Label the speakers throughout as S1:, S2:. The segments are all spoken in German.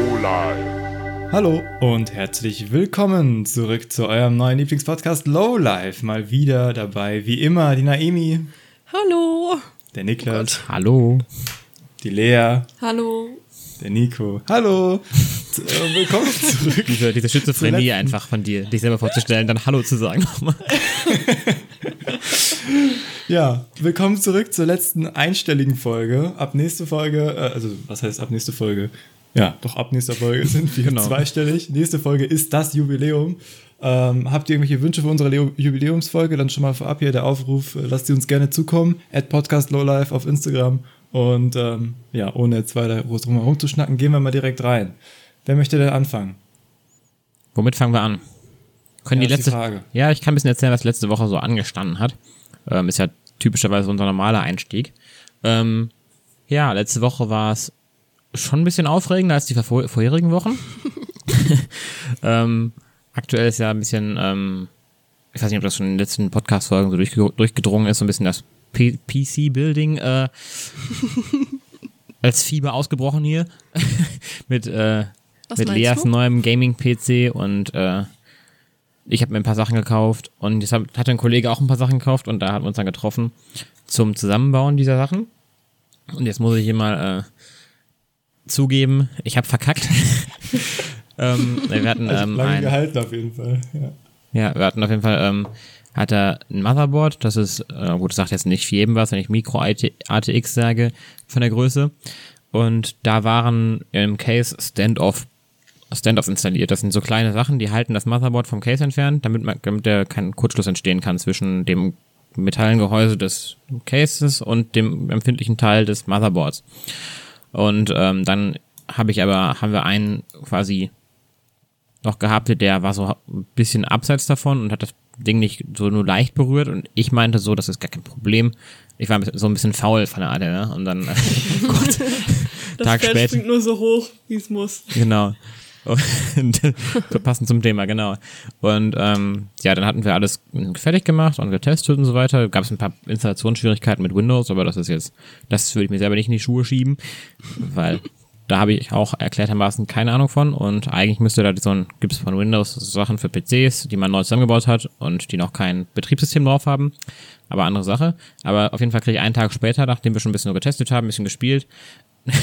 S1: Lowlife.
S2: Hallo und herzlich willkommen zurück zu eurem neuen Lieblingspodcast Lowlife. Mal wieder dabei, wie immer, die Naemi.
S3: Hallo.
S2: Der Niklas.
S4: Oh Hallo.
S2: Die Lea.
S3: Hallo.
S2: Der Nico. Hallo. äh, willkommen zurück.
S4: Diese, diese Schizophrenie einfach von dir, dich selber vorzustellen, dann Hallo zu sagen nochmal.
S2: ja, willkommen zurück zur letzten einstelligen Folge. Ab nächste Folge, äh, also was heißt ab nächste Folge? Ja, doch ab nächster Folge sind wir genau. zweistellig. Nächste Folge ist das Jubiläum. Ähm, habt ihr irgendwelche Wünsche für unsere Leo Jubiläumsfolge? Dann schon mal vorab hier der Aufruf, äh, lasst sie uns gerne zukommen. At Podcast Lowlife auf Instagram. Und ähm, ja, ohne jetzt weiter groß drum herum zu schnacken, gehen wir mal direkt rein. Wer möchte denn anfangen?
S4: Womit fangen wir an? Können
S2: Ja,
S4: die
S2: das ist
S4: letzte
S2: die Frage.
S4: Ja, ich kann ein bisschen erzählen, was letzte Woche so angestanden hat. Ähm, ist ja typischerweise unser normaler Einstieg. Ähm, ja, letzte Woche war es schon ein bisschen aufregender als die vorvor- vorherigen Wochen. ähm, aktuell ist ja ein bisschen, ähm, ich weiß nicht, ob das schon in den letzten Podcast-Folgen so durchge durchgedrungen ist, so ein bisschen das P- PC-Building äh, als Fieber ausgebrochen hier. mit äh,
S3: Was
S4: mit
S3: meinst
S4: Leas
S3: du?
S4: neuem Gaming-PC und äh, ich habe mir ein paar Sachen gekauft und jetzt hab, hatte ein Kollege auch ein paar Sachen gekauft und da haben wir uns dann getroffen zum Zusammenbauen dieser Sachen. Und jetzt muss ich hier mal äh, zugeben, ich habe verkackt. ähm, wir hatten
S2: Also
S4: ähm,
S2: lange
S4: ein,
S2: gehalten auf jeden Fall. Ja.
S4: ja, wir hatten auf jeden Fall, ähm, hat er ein Motherboard, das ist, äh, gut, das sagt jetzt nicht für jeden was, wenn ich Micro AT- ATX sage, von der Größe. Und da waren im Case Standoff, Standoffs installiert. Das sind so kleine Sachen, die halten das Motherboard vom Case entfernt, damit man, damit der kein Kurzschluss entstehen kann zwischen dem Metallengehäuse des Cases und dem empfindlichen Teil des Motherboards. Und ähm, dann habe ich aber, haben wir einen quasi noch gehabt, der war so ein bisschen abseits davon und hat das Ding nicht so nur leicht berührt und ich meinte so, das ist gar kein Problem. Ich war ein bisschen- so ein bisschen faul von der Art, her, ne? Und dann äh, kurz,
S3: Das
S4: Tag
S3: Pferd
S4: später,
S3: springt nur so hoch, wie es muss.
S4: genau. Und, so passend zum Thema, genau. Und ähm, ja, dann hatten wir alles fertig gemacht und getestet und so weiter. Gab es ein paar Installationsschwierigkeiten mit Windows, aber das ist jetzt, das würde ich mir selber nicht in die Schuhe schieben, weil da habe ich auch erklärtermaßen keine Ahnung von und eigentlich müsste da so ein, gibt es von Windows so Sachen für PCs, die man neu zusammengebaut hat und die noch kein Betriebssystem drauf haben, aber andere Sache. Aber auf jeden Fall kriege ich einen Tag später, nachdem wir schon ein bisschen so getestet haben, ein bisschen gespielt,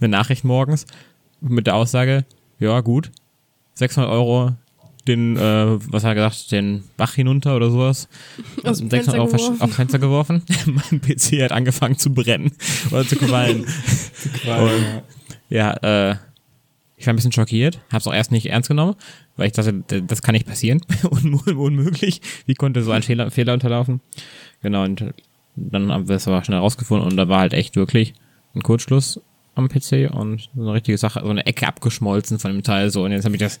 S4: eine Nachricht morgens mit der Aussage, ja gut, 600 Euro den, äh, was hat er gesagt, den Bach hinunter oder sowas.
S3: Aus dem
S4: 600 Euro
S3: Fenster
S4: versch- aufs Fenster geworfen. mein PC hat angefangen zu brennen oder zu qualmen.
S2: Weil, ja.
S4: ja, äh, ich war ein bisschen schockiert, hab's auch erst nicht ernst genommen, weil ich dachte, d- das kann nicht passieren. Un unmöglich. Wie konnte so ein Fehler, Fehler unterlaufen? Genau, und dann haben wir es aber schnell rausgefunden und da war halt echt wirklich ein Kurzschluss am PC und so eine richtige Sache, so eine Ecke abgeschmolzen von dem Teil so. Und jetzt habe ich das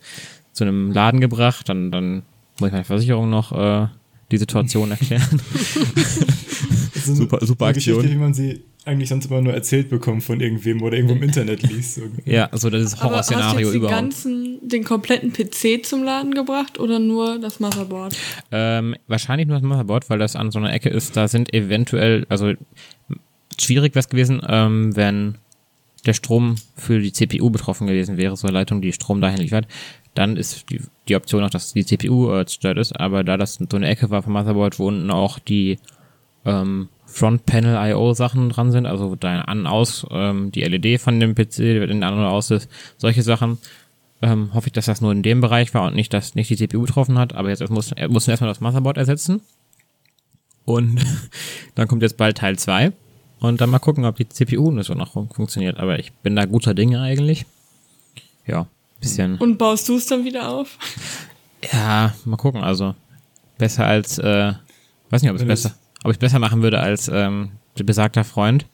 S4: zu einem Laden gebracht, dann, dann muss ich meiner Versicherung noch äh, die Situation erklären.
S2: Das ist
S4: Super- super
S2: eine Geschichte,
S4: Aktion.
S2: wie man sie eigentlich sonst immer nur erzählt bekommt von irgendwem oder irgendwo im Internet liest.
S4: ja, so das ist
S3: Aber hast du
S4: Horrorszenario
S3: jetzt den
S4: überhaupt.
S3: ganzen, den kompletten PC zum Laden gebracht oder nur das Motherboard?
S4: Ähm, wahrscheinlich nur das Motherboard, weil das an so einer Ecke ist. Da sind eventuell, also m- schwierig wäre es gewesen, ähm, wenn der Strom für die CPU betroffen gewesen wäre, so eine Leitung, die Strom dahin liefert. Dann ist die, die Option noch, dass die CPU äh, zerstört ist. Aber da das so eine Ecke war vom Motherboard, wo unten auch die ähm, Front-Panel-IO-Sachen dran sind, also dein An-Aus, ähm, die LED von dem PC, der in An- und Aus ist, solche Sachen. Ähm, hoffe ich, dass das nur in dem Bereich war und nicht, dass nicht die CPU getroffen hat. Aber jetzt erst muss, er- mussten wir erstmal das Motherboard ersetzen. Und dann kommt jetzt bald Teil 2. Und dann mal gucken, ob die CPU und so noch fun- funktioniert. Aber ich bin da guter Dinge eigentlich. Ja, bisschen.
S3: Und baust du es dann wieder auf?
S4: Ja, mal gucken. Also besser als, äh, weiß nicht, ob es
S2: Wenn es-
S4: besser, ob ich besser machen würde als ähm, besagter Freund.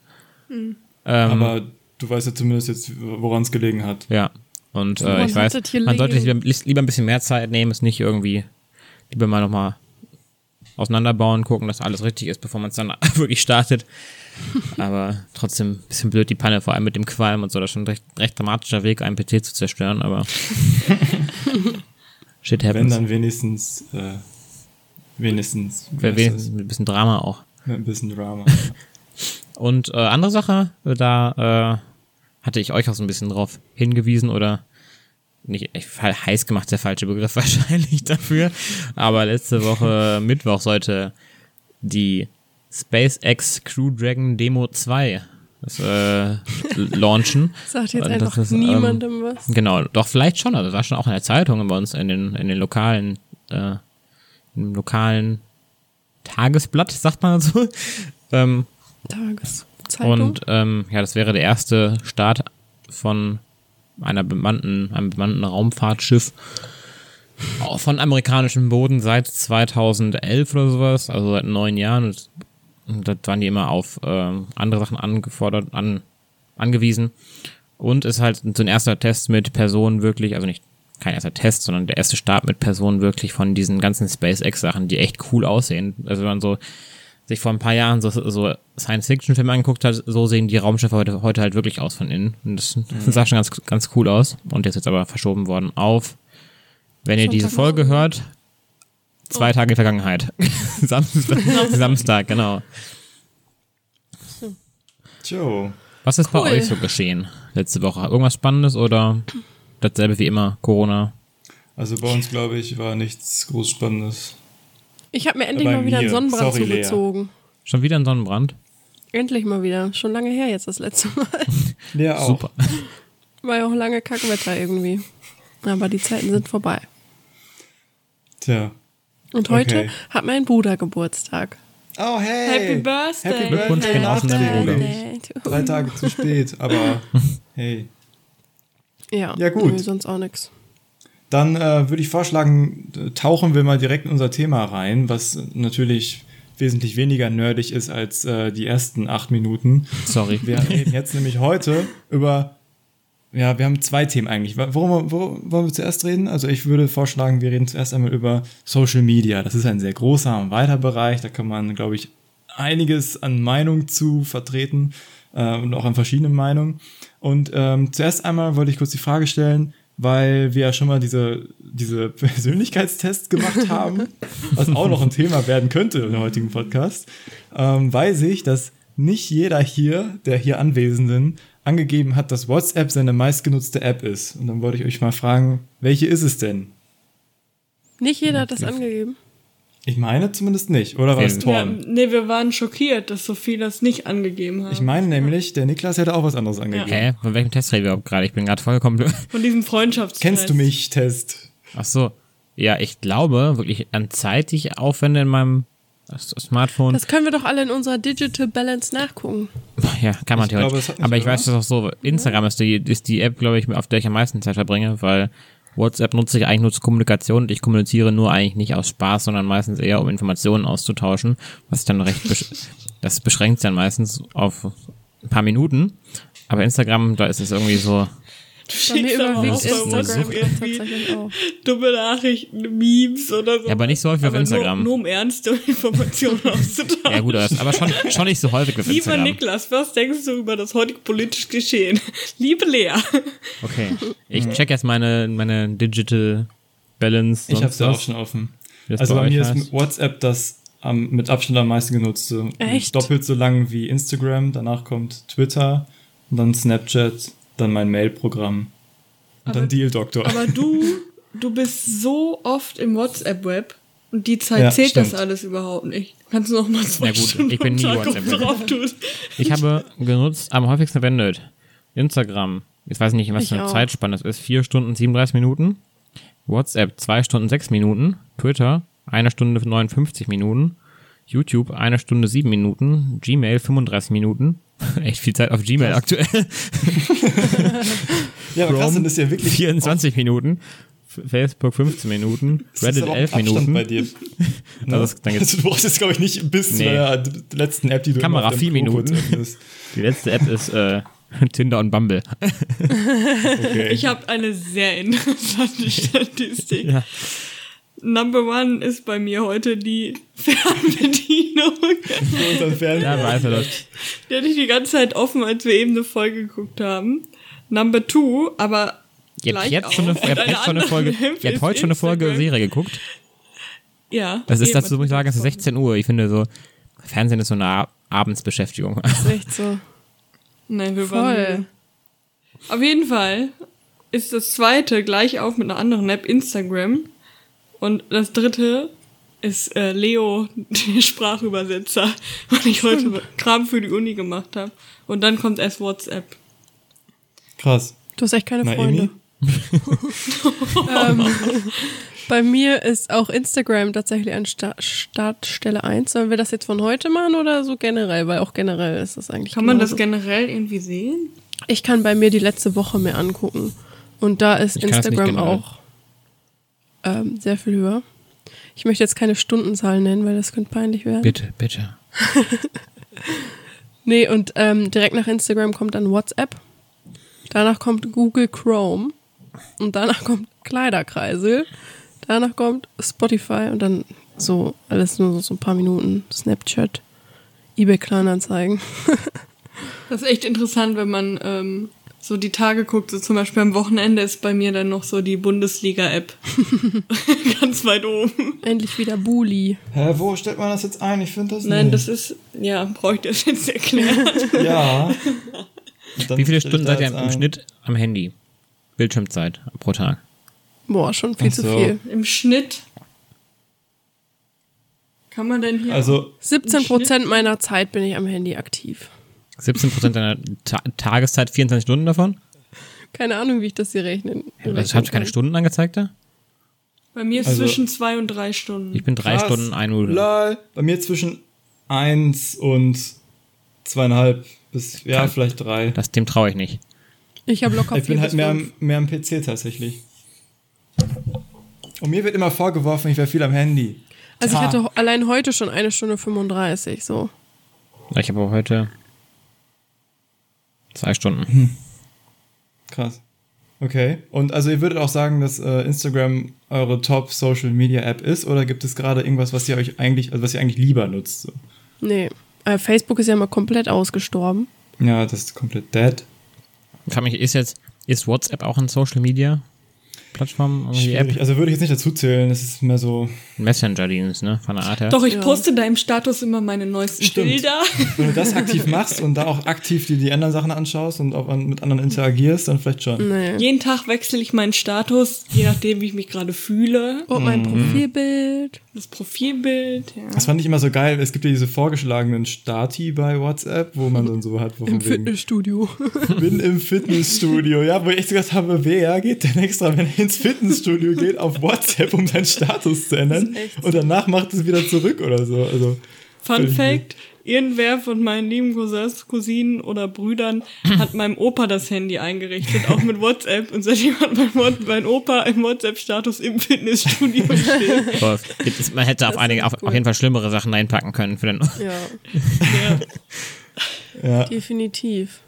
S4: Ähm,
S2: Aber du weißt ja zumindest jetzt, woran es gelegen hat.
S4: Ja. Und äh,
S3: man
S4: ich weiß,
S3: sollte hier
S4: man sollte sich
S3: liegen.
S4: lieber, lieber ein bisschen mehr Zeit nehmen, es nicht irgendwie lieber mal nochmal auseinanderbauen, gucken, dass alles richtig ist, bevor man es dann wirklich startet. Aber trotzdem ein bisschen blöd die Panne, vor allem mit dem Qualm und so. Das ist schon ein recht, recht dramatischer Weg, einen PC zu zerstören, aber shit
S2: Wenn
S4: happens.
S2: dann wenigstens, äh, wenigstens, wie
S4: Wenn
S2: heißt
S4: wenigstens ein bisschen Drama auch.
S2: das? mit ein bisschen Drama.
S4: Und äh, andere Sache, da äh, hatte ich euch auch so ein bisschen drauf hingewiesen oder nicht ich, heiß gemacht, ist der falsche Begriff wahrscheinlich dafür. Aber letzte Woche Mittwoch sollte die SpaceX Crew Dragon Demo 2 das, äh, launchen.
S1: Sagt jetzt
S4: Und
S1: einfach
S4: das ist, ähm,
S1: niemandem was.
S4: Genau, doch vielleicht schon. Also das war schon auch in der Zeitung bei uns in den, in den lokalen, äh, im lokalen Tagesblatt, sagt man so. Ähm,
S1: Tageszeitung.
S4: und ähm, ja, das wäre der erste Start von einer bemannten, einem bemannten Raumfahrtschiff auch von amerikanischem Boden seit 2011 oder sowas, also seit neun Jahren. Und, und da waren die immer auf ähm, andere Sachen angefordert, an, angewiesen. Und ist halt so ein erster Test mit Personen wirklich, also nicht kein erster Test, sondern der erste Start mit Personen wirklich von diesen ganzen SpaceX-Sachen, die echt cool aussehen. Also wenn man so sich vor ein paar Jahren so, so Science-Fiction-Filme angeguckt hat, so sehen die Raumschiffe heute, heute halt wirklich aus von innen. Und das sah schon ganz, ganz cool aus. Und ist jetzt aber verschoben worden auf, wenn ihr diese Folge hört, zwei Tage in Vergangenheit. Samstag, Samstag, genau.
S2: Joe.
S4: Was ist
S1: Cool.
S4: bei euch so geschehen letzte Woche? Irgendwas Spannendes oder dasselbe wie immer, Corona?
S2: Also bei uns, glaube ich, war nichts groß Spannendes.
S1: ich habe mir endlich
S2: bei
S1: mal wieder einen
S2: mir.
S1: Sonnenbrand
S2: Sorry, Lea.
S1: zugezogen.
S4: Schon wieder ein Sonnenbrand?
S1: Endlich mal wieder. Schon lange her jetzt das letzte Mal.
S2: Ja, auch.
S4: Super.
S1: War ja auch lange Kackwetter irgendwie. Aber die Zeiten sind vorbei.
S2: Tja.
S1: Und heute
S2: Okay.
S1: hat mein Bruder Geburtstag.
S2: Oh, hey!
S3: Happy Birthday.
S2: Happy
S4: Glückwunsch
S2: Birthday,
S4: von außen, dein Bruder.
S2: nachträglich. Drei Tage zu spät, aber hey.
S1: Ja,
S2: Ja, gut.
S1: irgendwie Sonst auch nichts.
S2: Dann äh, würde ich vorschlagen, äh, tauchen wir mal direkt in unser Thema rein, was natürlich wesentlich weniger nerdig ist als äh, die ersten acht Minuten.
S4: Sorry.
S2: Wir reden jetzt nämlich heute über, ja, wir haben zwei Themen eigentlich. Wa- Worum, worum wollen wir zuerst reden? Also ich würde vorschlagen, wir reden zuerst einmal über Social Media. Das ist ein sehr großer und weiter Bereich. Da kann man, glaube ich, einiges an Meinung zu vertreten äh, und auch an verschiedenen Meinungen. Und ähm, zuerst einmal wollte ich kurz die Frage stellen, weil wir ja schon mal diese, diese Persönlichkeitstests gemacht haben, was auch noch ein Thema werden könnte im heutigen Podcast, ähm, weiß ich, dass nicht jeder hier, der hier Anwesenden, angegeben hat, dass WhatsApp seine meistgenutzte App ist. Und dann wollte ich euch mal fragen, welche ist es denn?
S1: Nicht jeder hat das angegeben.
S2: Ich meine zumindest nicht, oder war es
S4: Ja.
S3: Ja,
S2: Torn?
S3: nee, wir waren schockiert, dass so viele es nicht angegeben haben.
S2: Ich meine nämlich, der Niklas hätte auch was anderes angegeben.
S4: Hä? Von welchem Test reden wir überhaupt gerade? Ich bin gerade vollkommen.
S3: Von diesem Freundschaftstest.
S2: Kennst du mich, Test?
S4: Ach so. Ja, ich glaube wirklich an Zeit, die ich aufwende in meinem S- Smartphone.
S1: Das können wir doch alle in unserer Digital Balance nachgucken.
S4: ja, kann man
S2: Ich glaube,
S4: theoretisch.
S2: das hat nicht,
S4: Aber ich
S2: oder?
S4: weiß das auch so. Instagram ist die, ist die App, glaube ich, auf der ich am meisten Zeit verbringe, weil WhatsApp nutze ich eigentlich nur zur Kommunikation und ich kommuniziere nur eigentlich nicht aus Spaß, sondern meistens eher, um Informationen auszutauschen, was dann recht, besch das beschränkt sich dann meistens auf ein paar Minuten. Aber Instagram, da ist es irgendwie so,
S1: Bei mir
S3: Schickst aber
S1: überwiegt
S3: auch bei
S1: Instagram
S3: WhatsApp irgendwie
S1: tatsächlich auch.
S3: dumme Nachrichten, Memes oder so.
S4: Ja, aber nicht so häufig auf
S3: Aber nur-
S4: Instagram.
S3: Nur um ernste Informationen auszutauschen.
S4: ja gut, aber aber schon, schon nicht so häufig auf
S3: Lieber
S4: Instagram.
S3: Niklas, was denkst du über das heutige politische Geschehen? Liebe Lea.
S4: Okay. Ich check jetzt meine, meine Digital Balance.
S2: Ich
S4: sonst
S2: hab's ja auch
S4: was.
S2: schon offen.
S4: Wie das
S2: Also
S4: bei
S2: bei
S4: euch
S2: mir ist
S4: heißt.
S2: WhatsApp das am, mit Abstand am meisten genutzte.
S1: Echt?
S2: Doppelt so lang wie Instagram, danach kommt Twitter, und dann Snapchat, dann mein Mail-Programm. Und dann Deal Doktor.
S3: Aber du, du bist so oft im WhatsApp-Web und die Zeit
S2: Ja,
S3: zählt das
S2: stimmt.
S3: alles überhaupt nicht. Kannst du noch mal zwei
S4: Na gut,
S3: Stunden
S4: ich bin
S3: am
S4: nie
S3: Tag
S4: WhatsApp-Web.
S3: drauf tun.
S4: Ich habe genutzt, am häufigsten verwendet. Instagram. Ich weiß nicht, was
S1: Ich
S4: für eine
S1: auch.
S4: Zeitspanne das ist. 4 Stunden 37 Minuten. WhatsApp 2 Stunden 6 Minuten. Twitter 1 Stunde 59 Minuten. YouTube 1 Stunde 7 Minuten. Gmail 35 Minuten. Echt viel Zeit auf Gmail aktuell.
S2: ja, aber krass,
S4: Chrome
S2: sind das ja wirklich
S4: 24 Minuten. F- Facebook 15 Minuten.
S2: das ist
S4: Reddit
S2: aber auch
S4: 11
S2: Abstand
S4: Minuten.
S2: bei dir. Ne?
S4: Also es- dann geht's-
S2: also du brauchst jetzt, glaube ich, nicht bis zu
S4: Nee.
S2: deiner letzten App, die du
S4: Kamera
S2: immer auf deinem
S4: vier
S2: Klo kurz
S4: Minuten.
S2: öffnest.
S4: Die letzte App ist äh, Tinder und Bumble.
S2: Okay.
S3: Ich habe eine sehr interessante Statistik.
S4: Ja.
S3: Number one ist bei mir heute die Fernbedienung.
S2: Unseren Fernseher.
S4: Ja, weiß er das.
S3: Die hatte ich die ganze Zeit offen, als wir eben eine Folge geguckt haben. Number two, aber
S4: Ihr habt
S3: gleich
S4: jetzt schon eine,
S3: auf.
S4: ihr habt
S3: Und
S4: jetzt schon eine
S3: andere
S4: Folge,
S3: App
S4: ihr habt
S3: ist
S4: heute schon eine Folge
S3: Instagram.
S4: Serie geguckt.
S3: Ja.
S4: Das ist
S3: eben.
S4: dazu, muss ich sagen, es ist 16 Uhr. Ich finde so, Fernsehen ist so eine Ab- Abendsbeschäftigung.
S1: Ist echt so.
S3: Nein, wir waren
S1: Voll.
S3: Auf jeden Fall ist das zweite gleich auf mit einer anderen App, Instagram. Und das dritte ist äh, Leo, der Sprachübersetzer, weil ich heute Kram für die Uni gemacht habe. Und dann kommt erst WhatsApp.
S2: Krass.
S1: Du hast echt keine
S2: Naomi?
S1: Freunde. ähm, bei mir ist auch Instagram tatsächlich an Sta Startstelle 1. Sollen wir das jetzt von heute machen oder so generell? Weil auch generell ist das eigentlich.
S3: Kann man das
S1: genauso.
S3: generell irgendwie sehen?
S1: Ich kann bei mir die letzte Woche mir angucken. Und da ist
S4: Ich kann das nicht
S1: Instagram
S4: generell.
S1: auch ähm, sehr viel höher. Ich möchte jetzt keine Stundenzahl nennen, weil das könnte peinlich werden.
S4: Bitte, bitte.
S1: Nee, und ähm, direkt nach Instagram kommt dann WhatsApp. Danach kommt Google Chrome. Und danach kommt Kleiderkreisel. Danach kommt Spotify und dann so alles nur so, so ein paar Minuten. Snapchat, eBay Kleinanzeigen.
S3: Das ist echt interessant, wenn man ähm, so die Tage guckt. So zum Beispiel am Wochenende ist bei mir dann noch so die Bundesliga-App. Ganz weit oben.
S1: Endlich wieder Bully.
S2: Hä, wo stellt man das jetzt ein? Ich finde das
S3: Nein,
S2: nicht.
S3: das ist, ja, brauche ich das jetzt erklären.
S2: Ja. Dann
S4: Wie
S2: stell
S4: viele
S2: ich
S4: Stunden
S2: da
S4: seid ihr
S2: jetzt
S4: im
S2: ein.
S4: Schnitt am Handy? Bildschirmzeit pro Tag.
S1: Boah, schon viel
S2: Ach
S1: zu
S2: so.
S1: viel.
S3: Im Schnitt. Kann man denn hier.
S2: Also,
S1: 17 Prozent meiner Zeit bin ich am Handy aktiv.
S4: 17% deiner Ta Tageszeit, 24 Stunden davon?
S1: Keine Ahnung, wie ich das hier rechne.
S4: Also
S2: halt
S4: habt ihr keine Stunden angezeigt da?
S3: bei mir ist
S2: also-
S3: zwischen zwei und drei Stunden.
S4: Ich bin drei
S2: Krass.
S4: Stunden, eine Minute.
S2: lol. Bei mir zwischen 1 und zweieinhalb bis, ja, vielleicht drei.
S4: Das, dem traue ich nicht.
S1: Ich habe locker
S2: Ich bin
S1: vier
S2: halt
S1: bis
S2: mehr
S1: fünf.
S2: am, mehr am PC tatsächlich. Und mir wird immer vorgeworfen, ich wäre viel am Handy.
S1: Also ich
S2: Ah.
S1: hatte ho- allein heute schon eine Stunde 35, so.
S4: Ich habe aber heute zwei Stunden.
S2: Hm. Krass. Okay. Und also ihr würdet auch sagen, dass äh, Instagram eure Top-Social-Media-App ist oder gibt es gerade irgendwas, was ihr euch eigentlich, also was ihr eigentlich lieber nutzt? So?
S1: Nee. Äh, Facebook ist ja mal komplett ausgestorben.
S2: Ja, das ist komplett dead.
S4: Ich frage mich, ist jetzt, ist WhatsApp auch ein Social Media Plattform? Irgendwie
S2: Schwierig. Also würde ich jetzt nicht dazu zählen, das ist mehr so.
S4: Messenger-Dienst, ne? Von der Art her.
S3: Doch, ich
S1: Ja.
S3: poste da im Status immer meine neuesten
S2: Stimmt.
S3: Bilder.
S2: Wenn du das aktiv machst und da auch aktiv dir die anderen Sachen anschaust und auch an, mit anderen interagierst, dann vielleicht schon.
S1: Nee.
S3: Jeden Tag wechsle ich meinen Status, je nachdem, wie ich mich gerade fühle.
S1: Und Oh, mein Profilbild.
S3: Das Profilbild, ja.
S2: Das fand ich immer so geil. Es gibt ja diese vorgeschlagenen Stati bei WhatsApp, wo man dann so hat, wo
S1: Im
S2: von wegen,
S1: Fitnessstudio.
S2: bin im Fitnessstudio. Ja, wo ich echt gedacht habe, wer geht denn extra, wenn er ins Fitnessstudio geht, auf WhatsApp, um seinen Status zu ändern? Und danach macht es wieder zurück oder so. Also,
S3: Fun
S2: Völlig
S3: Fact: Irgendwer von meinen lieben Cousins, Cousinen oder Brüdern hat meinem Opa das Handy eingerichtet, auch mit WhatsApp. Und seitdem hat mein, What- mein Opa im WhatsApp-Status im Fitnessstudio stehen.
S4: Aber es gibt- es- man hätte auf, einige, auf, auf jeden Fall schlimmere Sachen reinpacken können für den.
S1: ja,
S3: Ja.
S2: ja.
S1: definitiv.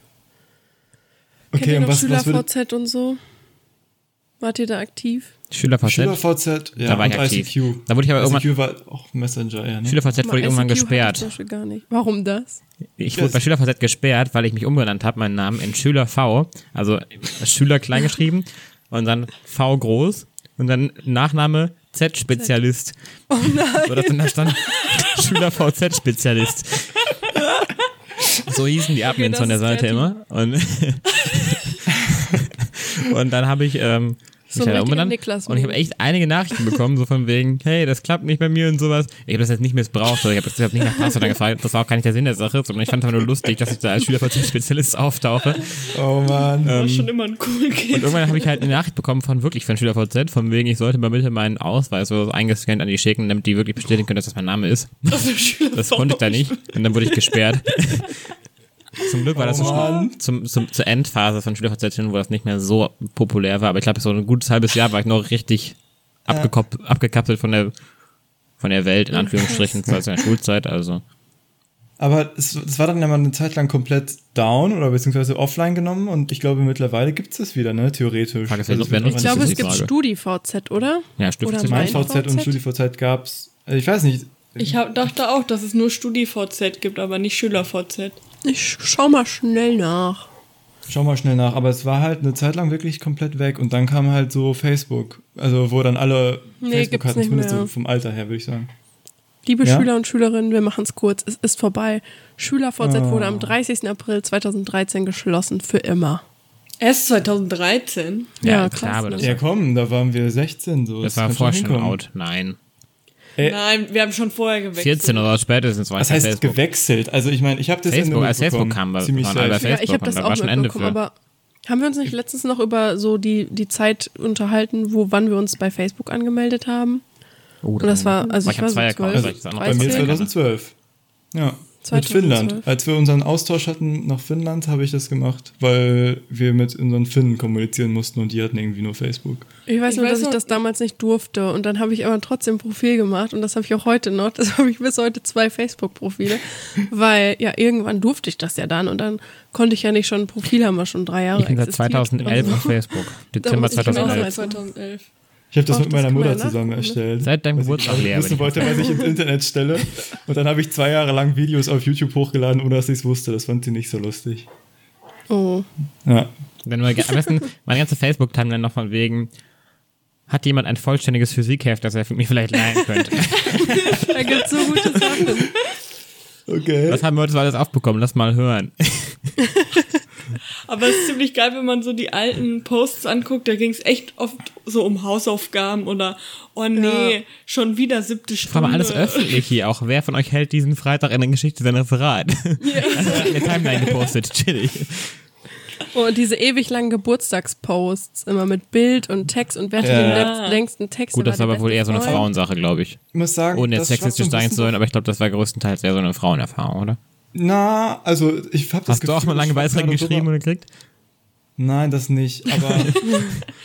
S1: Kennt
S2: Okay,
S1: ihr
S2: und
S1: noch
S2: was, was würde
S1: SchülerVZ und so? Wart ihr da aktiv?
S4: SchülerVZ.
S2: SchülerVZ, ja,
S4: Da war ich
S2: und
S4: aktiv.
S2: ICQ.
S4: Da wurde ich aber irgendwann-
S2: ICQ war auch Messenger, ja, ne?
S4: SchülerVZ wurde
S1: Mal,
S4: irgendwann
S1: ICQ hatte Ich
S4: gesperrt.
S1: zum Beispiel gar nicht. Warum das?
S4: Ich wurde bei SchülerVZ gesperrt, weil ich mich umbenannt habe, meinen Namen in Schüler V, also Schüler klein geschrieben und dann V groß und dann Nachname Z-Spezialist. Oh nein. Sodass dann da stand Schüler VZ-Spezialist. So hießen die Admins
S1: das
S4: von der
S1: ist
S4: Seite
S1: kreativ.
S4: immer. Und, und dann habe ich ähm,
S1: So
S4: mich
S1: ein
S4: leider
S1: richtiger
S4: umbenannt.
S1: Niklas-Move.
S4: Und ich habe echt einige Nachrichten bekommen, so von wegen, hey, das klappt nicht bei mir und sowas. Ich habe das jetzt nicht missbraucht, oder ich habe das hab nicht nach Passwörtern gefragt. Das war auch gar nicht der Sinn der Sache, sondern ich fand es einfach nur lustig, dass ich da als Schülerverzugsspezialist auftauche.
S2: Oh Mann.
S3: War schon immer ein cool
S4: Und
S3: Kind.
S4: irgendwann habe ich halt eine Nachricht bekommen von wirklich von SchülerVZ, von wegen, ich sollte mal bitte meinen Ausweis oder so eingescannt an die schicken, damit die wirklich bestätigen können, dass das mein Name ist.
S3: Also Schüler
S4: Das konnte ich da nicht. Und dann wurde ich gesperrt. Zum Glück war das
S2: Oh
S4: so
S2: Mann.
S4: zum, zum, zur Endphase von SchülerVZ, hin, wo das nicht mehr so populär war. Aber ich glaube, so ein gutes halbes Jahr war ich noch richtig abgekopp- abgekapselt von der, von der Welt, in Anführungsstrichen, seit der Schulzeit. Also,
S2: Aber es, es war dann ja mal eine Zeit lang komplett down oder beziehungsweise offline genommen und ich glaube, mittlerweile gibt es das wieder, ne? Theoretisch.
S4: Frage ist, wer- wer
S2: mittlerweile
S1: Ich
S4: Das
S1: glaube,
S4: ist
S1: es
S4: die
S1: gibt
S4: Frage.
S1: StudiVZ, oder?
S4: ja, Stift
S1: Oder
S4: ist
S1: mein-
S4: mein.
S2: MeinVZ und
S1: VZ?
S2: StudiVZ gab es. Also ich weiß nicht.
S3: Ich hab, dachte auch, dass es nur StudiVZ gibt, aber nicht SchülerVZ.
S1: Ich schau mal schnell nach.
S2: Schau mal schnell nach. Aber es war halt eine Zeit lang wirklich komplett weg und dann kam halt so Facebook. Also wo dann alle
S1: Nee,
S2: Facebook
S1: gibt's
S2: hatten,
S1: nicht
S2: zumindest
S1: mehr.
S2: so vom Alter her, würde ich sagen.
S1: Liebe
S2: Ja?
S1: Schüler und Schülerinnen, wir machen es kurz. Es ist vorbei. SchülerVZ
S2: Ah.
S1: wurde am 30. April 2013 geschlossen. Für immer.
S3: Erst 2013.
S1: Ja,
S4: Ja,
S1: krass,
S4: klar, aber
S1: ne?
S4: das,
S2: Ja, komm, da waren wir 16. So.
S4: das war
S2: kann
S4: vorher schon
S2: hinkommen.
S4: out. Nein.
S2: Äh,
S3: Nein, wir haben schon vorher gewechselt.
S4: 14 oder spätestens war
S2: Das
S4: ich bei
S2: heißt
S4: Facebook.
S2: gewechselt. Also ich meine, ich habe das
S4: Facebook,
S2: Ende
S4: als Facebook
S2: mitbekommen.
S4: kam, war-
S2: ziemlich
S4: waren alle
S2: gleich.
S4: bei
S1: Ja, ich
S4: Facebook
S1: habe das
S4: und da
S1: auch
S4: war schon Ende
S1: mitbekommen,
S4: für.
S1: aber haben wir uns nicht letztens noch über so die, die Zeit unterhalten, wo wann wir uns bei Facebook angemeldet haben?
S4: Oh,
S1: Und das war,
S4: Aber
S1: also ich,
S4: ich hab
S1: war so
S4: zwei Accounts,
S2: Also,
S4: weil
S1: 12,
S4: ich das andere
S2: bei mir
S1: 13.
S2: 2012. Ja, mit
S1: 2012.
S2: Finnland. Als wir unseren Austausch hatten nach Finnland, habe ich das gemacht, weil wir mit unseren Finnen kommunizieren mussten und die hatten irgendwie nur Facebook.
S1: Ich weiß
S3: Ich
S1: nur,
S3: weiß
S1: dass ich
S3: noch-
S1: das damals nicht durfte und dann habe ich aber trotzdem ein Profil gemacht und das habe ich auch heute noch. Das habe ich bis heute zwei Facebook-Profile, weil ja irgendwann durfte ich das ja dann und dann konnte ich ja nicht schon ein Profil haben, was schon drei Jahre
S4: Ich bin seit
S1: existiert. Also,
S4: 2011 auf Facebook. Dezember
S1: muss ich genau
S4: 2011.
S1: sein.
S3: 2011.
S2: Ich habe das
S1: Ach,
S2: mit
S1: das
S2: meiner
S1: kann man
S2: Mutter
S1: ja
S2: zusammen
S1: nachgucken, ne?
S2: erstellt.
S4: Seit deinem
S2: Weil sie
S4: Geburtstag,
S2: gerade
S4: Lea,
S2: wissen
S4: bin ich
S2: wollte, was ich ins Internet stelle. Und dann habe ich zwei Jahre lang Videos auf YouTube hochgeladen, ohne dass ich es wusste. Das fand sie nicht so lustig.
S1: Oh,
S2: Ja.
S4: Wenn wir am besten meine ganze Facebook-Timeline noch von wegen, hat jemand ein vollständiges Physikheft, das er mir vielleicht leihen könnte?
S1: da gibt's so gute Sachen.
S2: Okay.
S4: Was haben wir heute so alles aufbekommen? Lass mal hören.
S3: Aber es ist ziemlich geil, wenn man so die alten Posts anguckt, da ging es echt oft so um Hausaufgaben oder oh nee,
S1: Ja.
S3: schon wieder siebte Stunde.
S4: Vor allem
S2: Hm.
S4: alles öffentlich hier auch. Wer von euch hält diesen Freitag in der Geschichte sein Referat? Das hat in der Timeline gepostet, chillig.
S1: Oh, und diese ewig langen Geburtstagsposts, immer mit Bild und Text und wer hat
S2: Ja.
S1: den letz- längsten Text?
S4: Gut,
S1: wer
S4: das
S1: war
S4: war
S1: der
S4: aber wohl
S1: beste
S4: eher so eine
S1: Freund?
S4: Frauensache, glaube ich.
S2: Ich muss sagen,
S4: Ohne
S2: das
S4: jetzt
S2: schafft so
S4: sexistisch
S2: ein
S4: sein zu
S2: bisschen-
S4: sein, aber ich glaube, das war größtenteils eher so eine Frauenerfahrung, oder?
S2: Na, also ich habe das
S4: Hast du auch mal lange
S2: ich bin
S4: Weißregen
S2: gerade
S4: geschrieben
S2: drüber-
S4: oder gekriegt?
S2: Nein, das nicht. Aber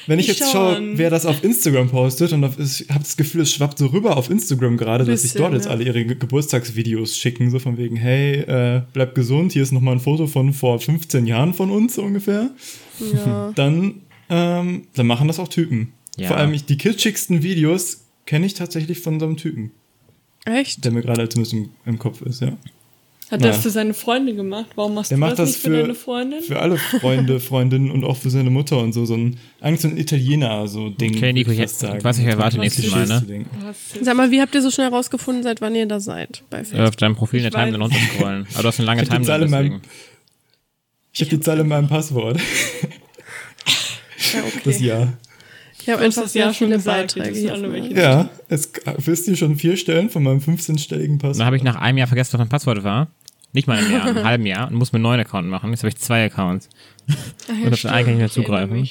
S2: wenn ich
S3: Ich
S2: jetzt schaue,
S3: schon.
S2: wer das auf Instagram postet und auf, ich habe das Gefühl, es schwappt so rüber auf Instagram gerade, dass sich
S1: Bisschen,
S2: dort jetzt
S1: ja.
S2: alle ihre Ge- Geburtstagsvideos schicken, so von wegen, hey, äh, bleib gesund, hier ist nochmal ein Foto von vor 15 Jahren von uns so ungefähr.
S1: Ja.
S2: Dann, ähm, dann machen das auch Typen.
S4: Ja.
S2: Vor allem ich, die kitschigsten Videos kenne ich tatsächlich von so einem Typen,
S1: Echt?
S2: der mir gerade zumindest im, im Kopf ist, ja.
S3: Hat
S2: Ja.
S3: das für seine Freundin gemacht? Warum machst
S2: Der
S3: du
S2: macht
S3: das
S2: das
S3: nicht für,
S2: für,
S3: deine Freundin?
S2: für alle Freunde, Freundinnen und auch für seine Mutter und so. so ein, eigentlich so ein Italiener, so Ding.
S4: Okay, Nico,
S2: würd
S4: ich-
S2: fast sagen.
S4: was ich erwarte nächstes Mal, ne?
S2: Ding.
S1: Sag mal, wie habt ihr so schnell rausgefunden, seit wann ihr da seid bei
S4: Ja,
S1: Facebook?
S4: Auf deinem Profil in der
S3: Ich weiß.
S4: Timeline runterscrollen. Aber du hast eine lange
S2: Ich hab die Zahl
S4: Timeline.
S2: in meinem-
S4: Deswegen.
S2: Ich habe die Zahl in meinem Passwort,
S1: Ja, okay.
S2: das Jahr.
S1: Ich habe
S3: Du hast
S1: einfach
S3: das
S1: sehr
S3: ja schon
S1: viele
S3: gesagt, wir
S1: Beiträge.
S3: wissen
S1: hier
S3: alle,
S1: auf meinem-
S3: welche-
S2: Ja, es wisst ihr schon vier Stellen von meinem 15-stelligen
S4: Dann
S2: Passwort.
S4: habe ich nach einem Jahr vergessen, was mein Passwort war. Nicht mal im Jahr, im halben Jahr und muss mir einen neuen Account machen. Jetzt habe ich zwei Accounts. und auf den einen kann ich nicht mehr zugreifen.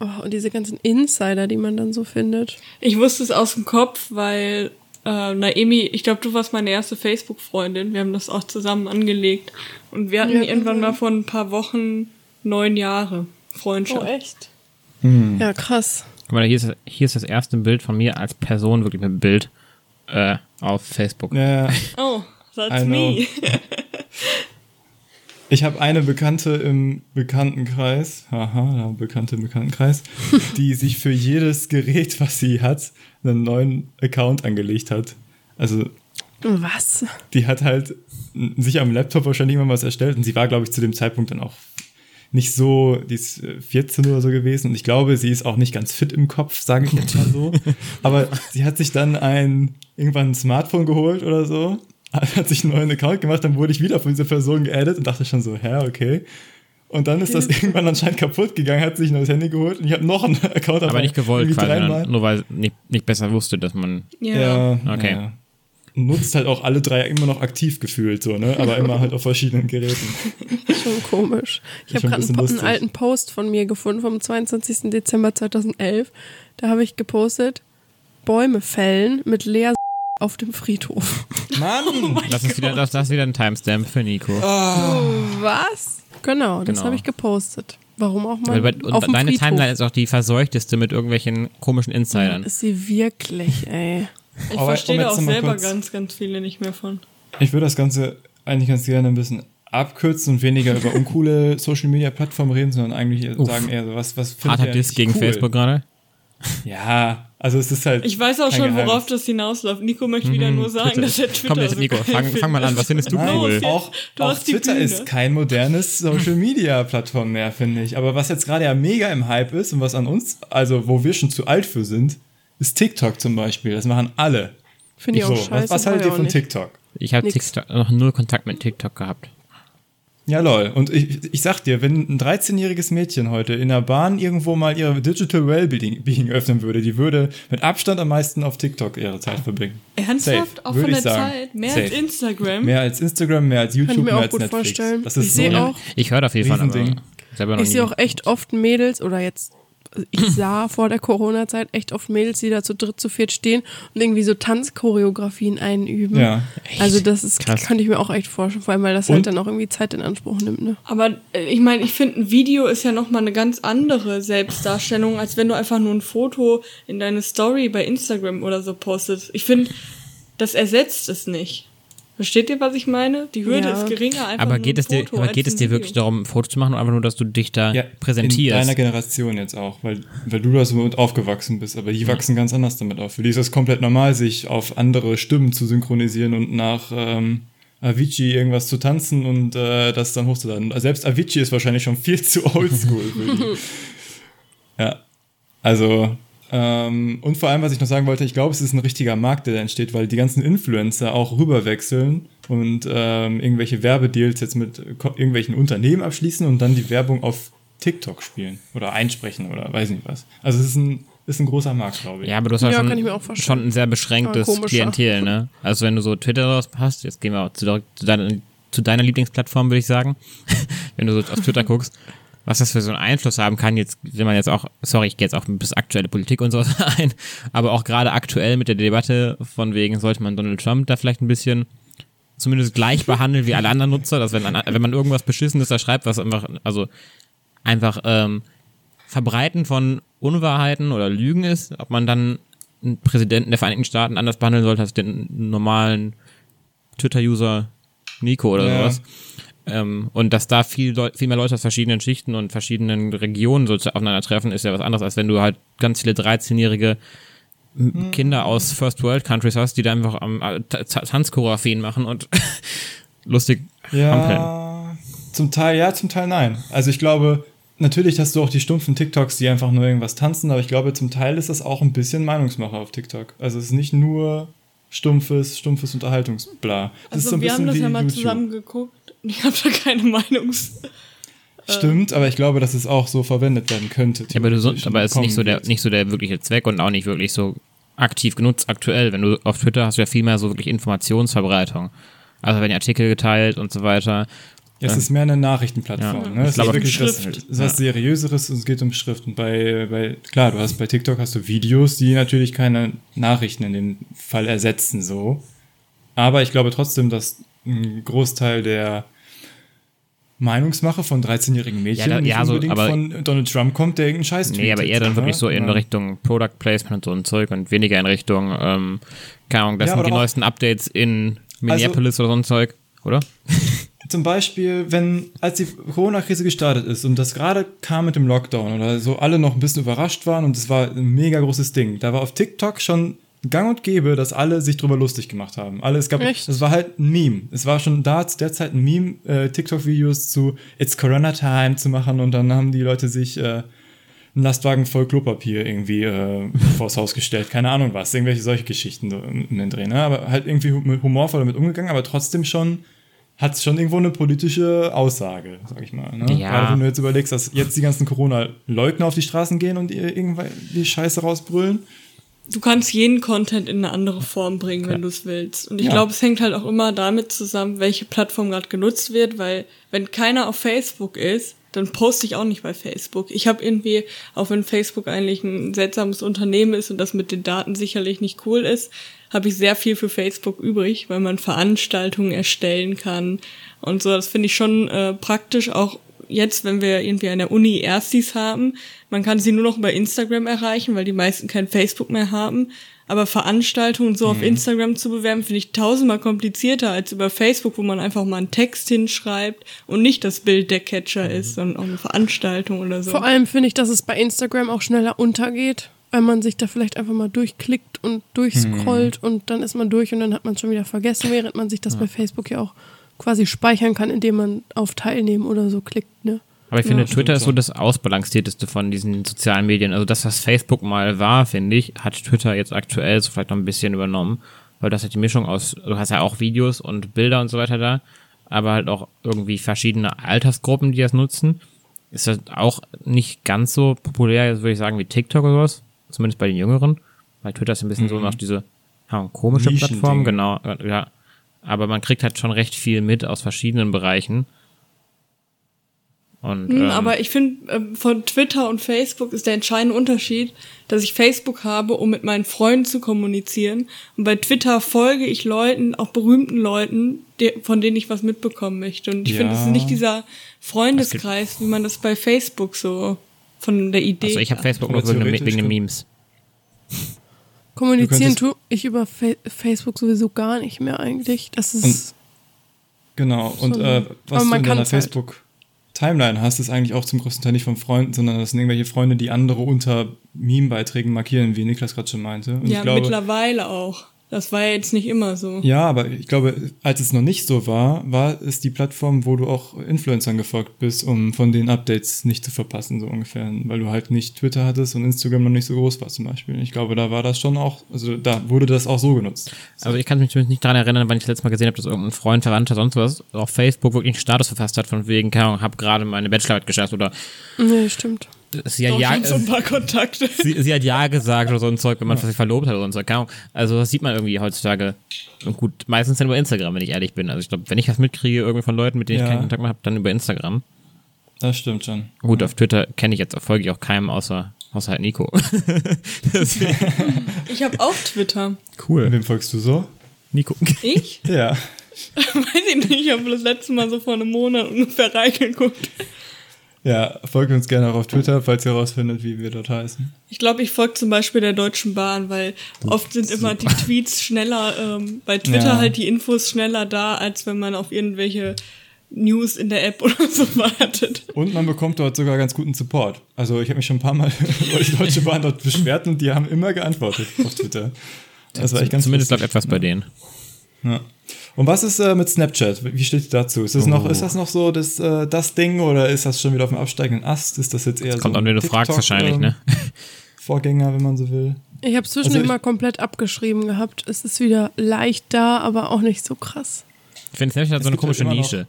S1: Oh, und diese ganzen Insider, die man dann so findet.
S3: Ich wusste es aus dem Kopf, weil äh, Naemi, ich glaube, du warst meine erste Facebook-Freundin. Wir haben das auch zusammen angelegt. Und wir hatten
S1: Ja,
S3: irgendwann
S1: mhm.
S3: mal vor ein paar Wochen neun Jahre Freundschaft.
S1: Oh, echt?
S4: Hm.
S1: Ja, krass.
S4: Guck mal, hier ist, das- hier ist das erste Bild von mir als Person, wirklich mit Bild, äh, auf Facebook.
S2: Ja,
S3: Oh, that's
S2: I know.
S3: me.
S2: ich habe eine Bekannte im Bekanntenkreis, haha, ja, Bekannte im Bekanntenkreis, die sich für jedes Gerät, was sie hat, einen neuen Account angelegt hat. Also
S1: Was?
S2: die hat halt n- sich am Laptop wahrscheinlich immer was erstellt und sie war, glaube ich, zu dem Zeitpunkt dann auch nicht so, die ist äh, 14 oder so gewesen und ich glaube, sie ist auch nicht ganz fit im Kopf, sage ich jetzt mal so. Aber sie hat sich dann ein, irgendwann ein Smartphone geholt oder so, hat sich einen neuen Account gemacht, dann wurde ich wieder von dieser Person geaddet und dachte schon so, hä, okay. Und dann ist das irgendwann anscheinend kaputt gegangen, hat sich ein neues Handy geholt und ich habe noch einen Account.
S4: Aber nicht gewollt
S2: irgendwie
S4: quasi,
S2: dreimal.
S4: sondern nur weil ich nicht, nicht besser wusste, dass man.
S3: Oh Ja.
S2: Ja,
S4: Okay.
S2: ja. Nutzt halt auch alle drei immer noch aktiv gefühlt, so, ne? Aber immer halt auf verschiedenen Geräten.
S1: Schon komisch. Ich
S2: Ist
S1: habe
S2: schon ein
S1: gerade einen,
S2: bisschen
S1: Po- einen
S2: lustig.
S1: alten Post von mir gefunden vom 22. Dezember 2011. Da habe ich gepostet, Bäume fällen mit Lea auf dem Friedhof.
S2: Mann!
S4: Das ist wieder, das, das ist wieder ein Timestamp für Nico.
S1: Was? Genau, das
S4: Genau.
S1: habe ich gepostet. Warum auch mal
S4: Weil bei,
S1: auf
S4: und
S1: dem
S4: deine
S1: Friedhof.
S4: Timeline ist auch die verseuchteste mit irgendwelchen komischen Insidern.
S1: ist sie wirklich, ey.
S3: Ich
S2: Aber
S3: verstehe
S2: um
S3: da
S2: jetzt
S3: auch
S2: noch mal
S3: selber
S2: kurz-
S3: ganz, ganz viele nicht mehr von.
S2: Ich würde das Ganze eigentlich ganz gerne ein bisschen abkürzen und weniger über uncoole Social Media Plattformen reden, sondern eigentlich eher
S4: Uff.
S2: sagen eher so, was, was findet
S4: Harter
S2: ihr
S4: Disk
S2: eigentlich
S4: gegen
S2: cool?
S4: Facebook gerade.
S2: Ja, also es ist halt.
S3: Ich weiß auch
S2: kein
S3: schon, worauf
S2: Geheimnis. Mhm,
S3: das hinausläuft. Nico möchte wieder nur sagen,
S4: Twitter.
S3: dass er Twitter
S4: Komm jetzt,
S3: so
S4: Nico,
S3: geil
S4: fang,
S3: findet.
S4: fang mal an. Was findest du
S2: Nein,
S4: cool?
S3: Los,
S2: auch,
S3: Du
S2: auch
S3: hast die
S2: Twitter
S3: Bühne.
S2: ist kein modernes Social Media Plattform mehr, finde ich. Aber was jetzt gerade ja mega im Hype ist und was an uns, also wo wir schon zu alt für sind, ist TikTok zum Beispiel. Das machen alle.
S1: Finde ich auch
S2: So,
S1: scheiße.
S2: Was, was
S1: brauch
S2: haltet
S1: ich
S2: ihr
S1: auch
S2: von
S1: nicht.
S2: TikTok?
S4: Ich habe
S1: Nix.
S4: TikTok noch null Kontakt mit TikTok gehabt.
S2: Ja, lol. Und ich, ich sag dir, wenn ein 13-jähriges Mädchen heute in der Bahn irgendwo mal ihre Digital Wellbeing öffnen würde, die würde mit Abstand am meisten auf TikTok ihre Zeit verbringen.
S3: Ernsthaft?
S2: Safe,
S3: auch
S2: würd
S3: von
S2: ich
S3: der
S2: sagen.
S3: Zeit? Mehr
S2: Safe.
S3: als Instagram?
S2: Mehr als Instagram, mehr als YouTube,
S1: mir
S2: mehr
S1: auch
S2: als
S1: gut
S2: Netflix.
S1: vorstellen.
S2: Das ist
S1: Ich
S2: so
S1: sehe
S2: eine-
S1: auch-
S4: Ich höre auf jeden Fall, aber
S2: Riesending.
S4: selber noch
S1: Ich
S4: nie.
S1: sehe auch echt oft Mädels oder jetzt, also ich sah vor der Corona-Zeit echt oft Mädels, die da zu dritt, zu viert stehen und irgendwie so Tanzchoreografien einüben.
S2: Ja.
S1: Also das ist,
S4: Krass.
S1: könnte ich mir auch echt vorstellen, vor allem weil das
S2: Und-
S1: halt dann auch irgendwie Zeit in Anspruch nimmt. Ne?
S3: Aber äh, ich meine, ich finde, ein Video ist ja nochmal eine ganz andere Selbstdarstellung, als wenn du einfach nur ein Foto in deine Story bei Instagram oder so postest. Ich finde, das ersetzt es nicht. Versteht ihr, was ich meine? Die Hürde
S1: Ja.
S3: ist geringer einfach
S4: Aber
S3: nur
S4: geht
S3: ein
S4: es dir,
S3: Foto
S4: aber
S3: als
S4: geht es
S3: ein
S4: dir
S3: Video.
S4: wirklich darum, ein Foto zu machen oder einfach nur, dass du dich da
S2: Ja, In deiner
S4: präsentierst?
S2: Generation jetzt auch, weil, weil du da so mit aufgewachsen bist, aber die wachsen ganz anders damit auf. Für die ist es komplett normal, sich auf andere Stimmen zu synchronisieren und nach ähm, Avicii irgendwas zu tanzen und äh, das dann hochzuladen. Selbst Avicii ist wahrscheinlich schon viel zu oldschool für die. Ja. Also, ähm, und vor allem, was ich noch sagen wollte, ich glaube, es ist ein richtiger Markt, der da entsteht, weil die ganzen Influencer auch rüberwechseln und ähm, irgendwelche Werbedeals jetzt mit ko- irgendwelchen Unternehmen abschließen und dann die Werbung auf TikTok spielen oder einsprechen oder weiß nicht was. Also es ist ein, ist ein großer Markt, glaube ich.
S4: Ja, aber du hast ja,
S1: Ja, kann ich mir auch
S4: schon,
S1: vorstellen.
S4: schon ein sehr
S1: Ja,
S4: beschränktes
S1: komischer.
S4: Klientel, ne? Also wenn du so Twitter rauspasst, jetzt gehen wir auch zu, deu- zu, deiner, zu deiner Lieblingsplattform, würde ich sagen. wenn du so auf Twitter guckst, was das für so einen Einfluss haben kann, jetzt, wenn man jetzt auch, sorry, ich gehe jetzt auch bis aktuelle Politik und so ein, aber auch gerade aktuell mit der Debatte von wegen, sollte man Donald Trump da vielleicht ein bisschen zumindest gleich behandeln wie alle anderen Nutzer, dass wenn, an- wenn man irgendwas Beschissenes da schreibt, was einfach, also einfach ähm, Verbreiten von Unwahrheiten oder Lügen ist, ob man dann einen Präsidenten der Vereinigten Staaten anders behandeln sollte als den normalen Twitter-User Nico oder
S2: Ja.
S4: sowas. Ähm, und dass da viel, Leu- viel mehr Leute aus verschiedenen Schichten und verschiedenen Regionen so zu- aufeinandertreffen, ist ja was anderes, als wenn du halt ganz viele 13-jährige
S2: Hm.
S4: m- Kinder aus First World Countries hast, die da einfach am äh, Ta- Ta- Tanzchoreografien machen und lustig hampeln.
S2: Ja, zum Teil ja, zum Teil nein. Also ich glaube, natürlich hast du auch die stumpfen TikToks, die einfach nur irgendwas tanzen, aber ich glaube, zum Teil ist das auch ein bisschen Meinungsmache auf TikTok. Also es ist nicht nur stumpfes, stumpfes Unterhaltungsbla. Das ist
S3: Also
S2: so ein
S3: wir
S2: bisschen
S3: haben das
S2: wie
S3: ja mal
S2: YouTube.
S3: zusammen geguckt. Ich habe da keine Meinungs... äh,
S2: Stimmt, aber ich glaube, dass es auch so verwendet werden könnte.
S4: Ja, aber du so, aber ist nicht so der
S2: theoretisch.
S4: nicht so der wirkliche Zweck und auch nicht wirklich so aktiv genutzt aktuell. Wenn du auf Twitter hast du ja viel mehr so wirklich Informationsverbreitung. Also werden Artikel geteilt und so weiter.
S2: Ja, es ist mehr eine Nachrichtenplattform.
S4: Ja.
S2: ne?
S4: Ich
S2: Es
S4: glaube,
S2: ist wirklich
S4: Schrift.
S2: das, das ist was Seriöseres und es geht um Schrift. Und bei, bei, klar, du hast bei TikTok hast du Videos, die natürlich keine Nachrichten in dem Fall ersetzen, so. Aber ich glaube trotzdem, dass ein Großteil der Meinungsmache von 13-jährigen Mädchen
S4: da- ja,
S2: nicht
S4: so,
S2: unbedingt
S4: aber-
S2: von Donald Trump kommt, der irgendeinen Scheiß
S4: Nee, aber eher dann wirklich so in
S2: der
S4: Richtung Product Placement und so ein Zeug und weniger in Richtung, ähm, keine Ahnung, das
S2: Ja,
S4: sind
S2: oder
S4: die
S2: auch- Also
S4: neuesten Updates in Minneapolis oder so ein Zeug, oder?
S2: zum Beispiel, wenn, als die Corona-Krise gestartet ist und das gerade kam mit dem Lockdown oder so, alle noch ein bisschen überrascht waren und es war ein mega großes Ding. Da war auf TikTok schon gang und gäbe, dass alle sich drüber lustig gemacht haben. Alle, es gab,
S1: Echt?
S2: es war halt ein Meme. Es war schon da zu der Zeit ein Meme, äh, TikTok-Videos zu It's Corona Time zu machen und dann haben die Leute sich, äh, einen Lastwagen voll Klopapier irgendwie äh, vors Haus gestellt, keine Ahnung was, irgendwelche solche Geschichten so in den Dreh, ne? aber halt irgendwie hu- mit humorvoll damit umgegangen, aber trotzdem schon hat es schon irgendwo eine politische Aussage, sag ich mal. Ne?
S4: Ja.
S2: Gerade wenn du jetzt überlegst, dass jetzt die ganzen Corona-Leugner auf die Straßen gehen und ihr irgendwie die Scheiße rausbrüllen.
S3: du kannst jeden Content in eine andere Form bringen, wenn du es willst. Und ich
S2: Ja.
S3: glaube, es hängt halt auch immer damit zusammen, welche Plattform gerade genutzt wird, weil wenn keiner auf Facebook ist, dann poste ich auch nicht bei Facebook. Ich habe irgendwie, auch wenn Facebook eigentlich ein seltsames Unternehmen ist und das mit den Daten sicherlich nicht cool ist, habe ich sehr viel für Facebook übrig, weil man Veranstaltungen erstellen kann und so. Das finde ich schon äh, praktisch, auch jetzt, wenn wir irgendwie an der Uni Erstis haben, man kann sie nur noch bei Instagram erreichen, weil die meisten kein Facebook mehr haben. Aber Veranstaltungen so auf Instagram zu bewerben, finde ich tausendmal komplizierter als über Facebook, wo man einfach mal einen Text hinschreibt und nicht das Bild der Catcher ist, sondern auch eine Veranstaltung oder so.
S1: Vor allem finde ich, dass es bei Instagram auch schneller untergeht, weil man sich da vielleicht einfach mal durchklickt und
S4: Hm.
S1: durchscrollt und dann ist man durch und dann hat man es schon wieder vergessen, während man sich das bei Facebook ja auch quasi speichern kann, indem man auf Teilnehmen oder so klickt. Ne?
S4: Aber ich finde, Twitter ist so
S2: schon.
S4: das ausbalancierteste von diesen sozialen Medien. Also das, was Facebook mal war, finde ich, hat Twitter jetzt aktuell also, so vielleicht noch ein bisschen übernommen. Weil das halt die Mischung aus, du hast ja auch Videos und Bilder und so weiter da. aber halt auch irgendwie verschiedene Altersgruppen, die das nutzen. Ist das auch nicht ganz so populär, jetzt würde ich sagen, wie TikTok oder sowas. Zumindest bei den Jüngeren. Weil Twitter ist ein bisschen
S3: Mhm.
S4: so nach diese ja, komische
S2: Nischending.
S4: Plattform, genau. Ja. Aber man kriegt halt schon recht viel mit aus verschiedenen Bereichen. Und,
S3: Hm,
S4: ähm,
S3: aber ich finde, ähm, von Twitter und Facebook ist der entscheidende Unterschied, dass ich Facebook habe, um mit meinen Freunden zu kommunizieren. Und bei Twitter folge ich Leuten, auch berühmten Leuten, de von denen ich was mitbekommen möchte. Und ich finde, es
S2: Ja.
S3: ist nicht dieser Freundeskreis, wie man das bei Facebook so von der Idee.
S4: also ich habe Facebook nur
S2: Oder
S4: wegen,
S2: theoretisch
S4: wegen den
S2: kann-
S4: Memes.
S1: Kommunizieren
S2: Du könntest-
S1: tue ich über Fa Facebook sowieso gar nicht mehr eigentlich. Das ist.
S2: Genau, und
S1: So.
S2: äh, was du
S1: Aber man
S2: in
S1: kann's
S2: deiner
S1: halt.
S2: Facebook-Timeline hast, ist eigentlich auch zum größten Teil nicht von Freunden, sondern das sind irgendwelche Freunde, die andere unter Meme-Beiträgen markieren, wie Niklas gerade schon meinte. Und
S3: ja,
S2: ich glaube,
S3: mittlerweile auch. Das war ja jetzt nicht immer so.
S2: ja, aber ich glaube, als es noch nicht so war, war es die Plattform, wo du auch Influencern gefolgt bist, um von den Updates nicht zu verpassen, so ungefähr. Weil du halt nicht Twitter hattest und Instagram noch nicht so groß war zum Beispiel. Ich glaube, da war das schon auch, also da wurde das auch so genutzt.
S4: Also ich kann mich zumindest nicht daran erinnern, wann ich das letzte Mal gesehen habe, dass irgendein Freund, Verwandter, sonst was auf Facebook wirklich einen Status verfasst hat von wegen, keine Ahnung, habe gerade meine Bachelorarbeit geschafft oder
S1: Nee, stimmt.
S4: sie hat,
S3: Auch
S4: ja,
S3: schon so ein paar Kontakte.
S4: sie, sie hat ja gesagt oder so ein Zeug, wenn man sich verlobt hat oder so ein Zeug. Keine Ahnung. Also das sieht man irgendwie heutzutage. Und gut, meistens dann über Instagram, wenn ich ehrlich bin. Also ich glaube, wenn ich was mitkriege irgendwie von Leuten, mit denen ich
S2: Ja.
S4: keinen Kontakt mehr habe, dann über Instagram.
S2: Das stimmt schon.
S4: Gut, auf Twitter kenne ich jetzt, folge ich auch keinem außer, außer halt Nico. Deswegen-
S3: Ich habe auch Twitter.
S4: cool.
S2: Wem folgst du so?
S4: Nico.
S3: Ich?
S2: Ja.
S3: Weiß ich nicht, ich habe das letzte Mal so vor einem Monat ungefähr reingeguckt.
S2: Ja, folgt uns gerne auch auf Twitter, falls ihr herausfindet, wie wir dort heißen.
S3: Ich glaube, ich folge zum Beispiel der Deutschen Bahn, weil oft sind immer die Tweets schneller, ähm, bei Twitter
S2: Ja.
S3: halt die Infos schneller da, als wenn man auf irgendwelche News in der App oder so wartet.
S2: Und man bekommt dort sogar ganz guten Support. Also ich habe mich schon ein paar Mal über die Deutsche Bahn dort beschwert und die haben immer geantwortet auf Twitter. Das war echt ganz
S4: Zumindest
S2: lustig.
S4: läuft etwas bei denen.
S2: Ja. Und was ist äh, mit Snapchat? Wie steht ihr dazu? Ist das, noch,
S4: Oh.
S2: ist das noch so das, äh, das Ding oder ist das schon wieder auf dem absteigenden Ast? Ist das jetzt eher so
S4: Kommt
S2: ein
S4: an, wen du fragst
S2: TikTok,
S4: wahrscheinlich,
S2: ähm,
S4: ne?
S2: Vorgänger, wenn man so will.
S1: Ich habe
S2: Also
S1: zwischendurch
S2: ich-
S1: mal komplett abgeschrieben gehabt. Es ist wieder leicht da, aber auch nicht so krass.
S4: Ich finde Snapchat hat so eine
S2: gibt halt
S4: komische
S2: immer noch-
S4: Nische.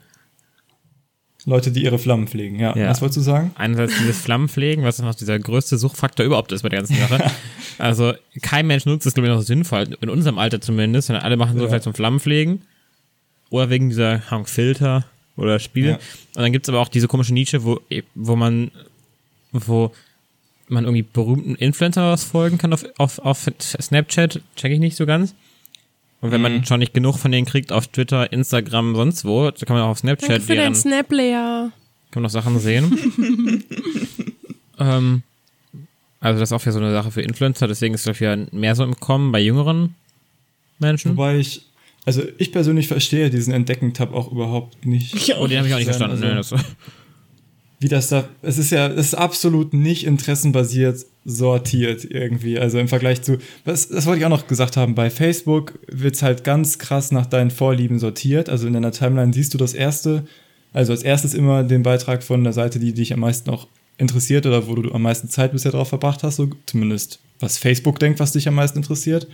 S2: Leute, die ihre Flammen pflegen, ja.
S4: Ja.
S2: Was wolltest du sagen?
S4: Einerseits dieses Flammenpflegen, was noch dieser größte Suchfaktor überhaupt ist bei der ganzen Sache. Also kein Mensch nutzt das, glaube ich, noch sinnvoll, in unserem Alter zumindest, sondern alle machen so
S2: Ja.
S4: vielleicht zum Flammenpflegen oder wegen dieser Hang Filter oder Spiele.
S2: Ja.
S4: Und dann gibt's aber auch diese komische Nische, wo, e, wo man, wo man irgendwie berühmten Influencer was folgen kann auf, auf, auf Snapchat, check ich nicht so ganz. Und wenn
S2: Mhm.
S4: man schon nicht genug von denen kriegt auf Twitter, Instagram, sonst wo, so kann man auch auf Snapchat
S1: Danke für
S4: deren-
S1: deinen Snap, Lea.
S4: kann man noch Sachen sehen. ähm, also das ist auch wieder so eine Sache für Influencer, deswegen ist das ja mehr so im Kommen bei jüngeren Menschen.
S2: Wobei ich, also ich persönlich verstehe diesen Entdecken-Tab auch überhaupt nicht.
S4: Oh, den habe ich auch nicht verstanden.
S2: Also-
S4: Nö, das,
S2: wie das da, es ist ja, es ist absolut nicht interessenbasiert sortiert irgendwie. Also im Vergleich zu, was, das wollte ich auch noch gesagt haben, bei Facebook wird's halt ganz krass nach deinen Vorlieben sortiert. Also in deiner Timeline siehst du das erste, also als erstes immer den Beitrag von der Seite, die dich am meisten auch interessiert oder wo du am meisten Zeit bisher drauf verbracht hast, so zumindest was Facebook denkt, was dich am meisten interessiert.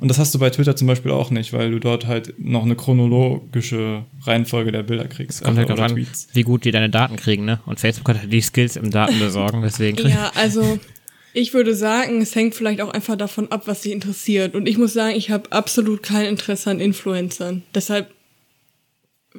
S2: Und das hast du bei Twitter zum Beispiel auch nicht, weil du dort halt noch eine chronologische Reihenfolge der Bilder kriegst. Also,
S4: kommt halt
S2: Oder
S4: drauf an,
S2: Tweets.
S4: wie gut die deine Daten kriegen, ne? Und Facebook hat halt die Skills im Datenbesorgen, deswegen kriegt
S3: Ja, also ich würde sagen, es hängt vielleicht auch einfach davon ab, was sie interessiert. Und ich muss sagen, ich habe absolut kein Interesse an Influencern. Deshalb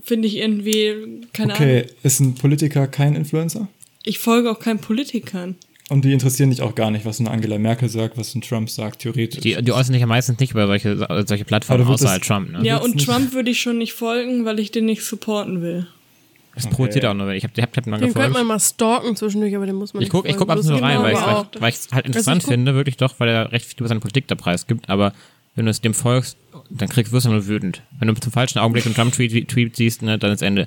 S3: finde ich irgendwie, keine
S2: Okay,
S3: Ahnung,
S2: ist ein Politiker kein Influencer?
S3: ich folge auch keinen Politikern.
S2: Und die interessieren dich auch gar nicht, was eine Angela Merkel sagt, was ein Trump sagt, theoretisch.
S4: die, die äußern sich ja meistens nicht über solche, solche Plattformen,
S2: Aber du würdest-
S4: außer halt Trump, ne?
S3: Ja,
S2: willst
S3: und
S2: nicht-
S3: Trump würde ich schon nicht folgen, weil ich den nicht supporten will.
S4: Das provoziert auch nur. Ich hab, ich hab, hab mal
S1: Den könnte
S4: gefolgt.
S1: man mal stalken zwischendurch, aber den muss man
S4: Ich
S1: nicht
S4: gucke ich guck ab und zu
S1: folgen.
S4: rein,
S3: genau,
S4: weil ich
S1: aber
S4: weil ich's halt interessant
S1: guck-
S4: finde, wirklich doch, weil er recht viel über seine Politik da preisgibt. Aber wenn du es dem folgst, dann kriegst, wirst du nur wütend. Wenn du zum falschen Augenblick einen Trump-Tweet Tweet siehst, ne, dann ist Ende.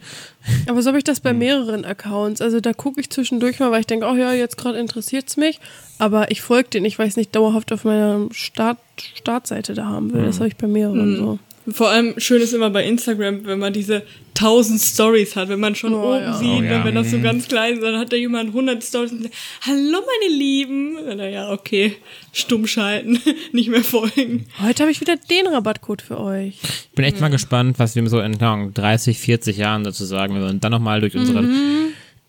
S1: auch- Aber so habe ich das bei mehreren Accounts. Also da gucke ich zwischendurch mal, weil ich denke, oh ja, jetzt gerade interessiert es mich. Aber ich folge den, ich weiß nicht, dauerhaft auf meiner Start Startseite da haben will. Das habe ich bei mehreren so.
S3: Vor allem schön ist immer bei Instagram, wenn man diese 1000 Stories hat, wenn man schon
S1: Oh,
S3: oben
S1: ja.
S3: sieht,
S4: Oh,
S3: wenn
S4: ja.
S3: wir das so ganz klein sind, dann hat da jemand 100 Stories und sagt, hallo meine Lieben. Na ja, okay, stumm schalten, nicht mehr folgen.
S1: Heute habe ich wieder den Rabattcode für euch.
S4: Ich bin echt mal gespannt, was wir so in keine Ahnung, 30, 40 Jahren dazu sagen, wenn wir dann nochmal durch unsere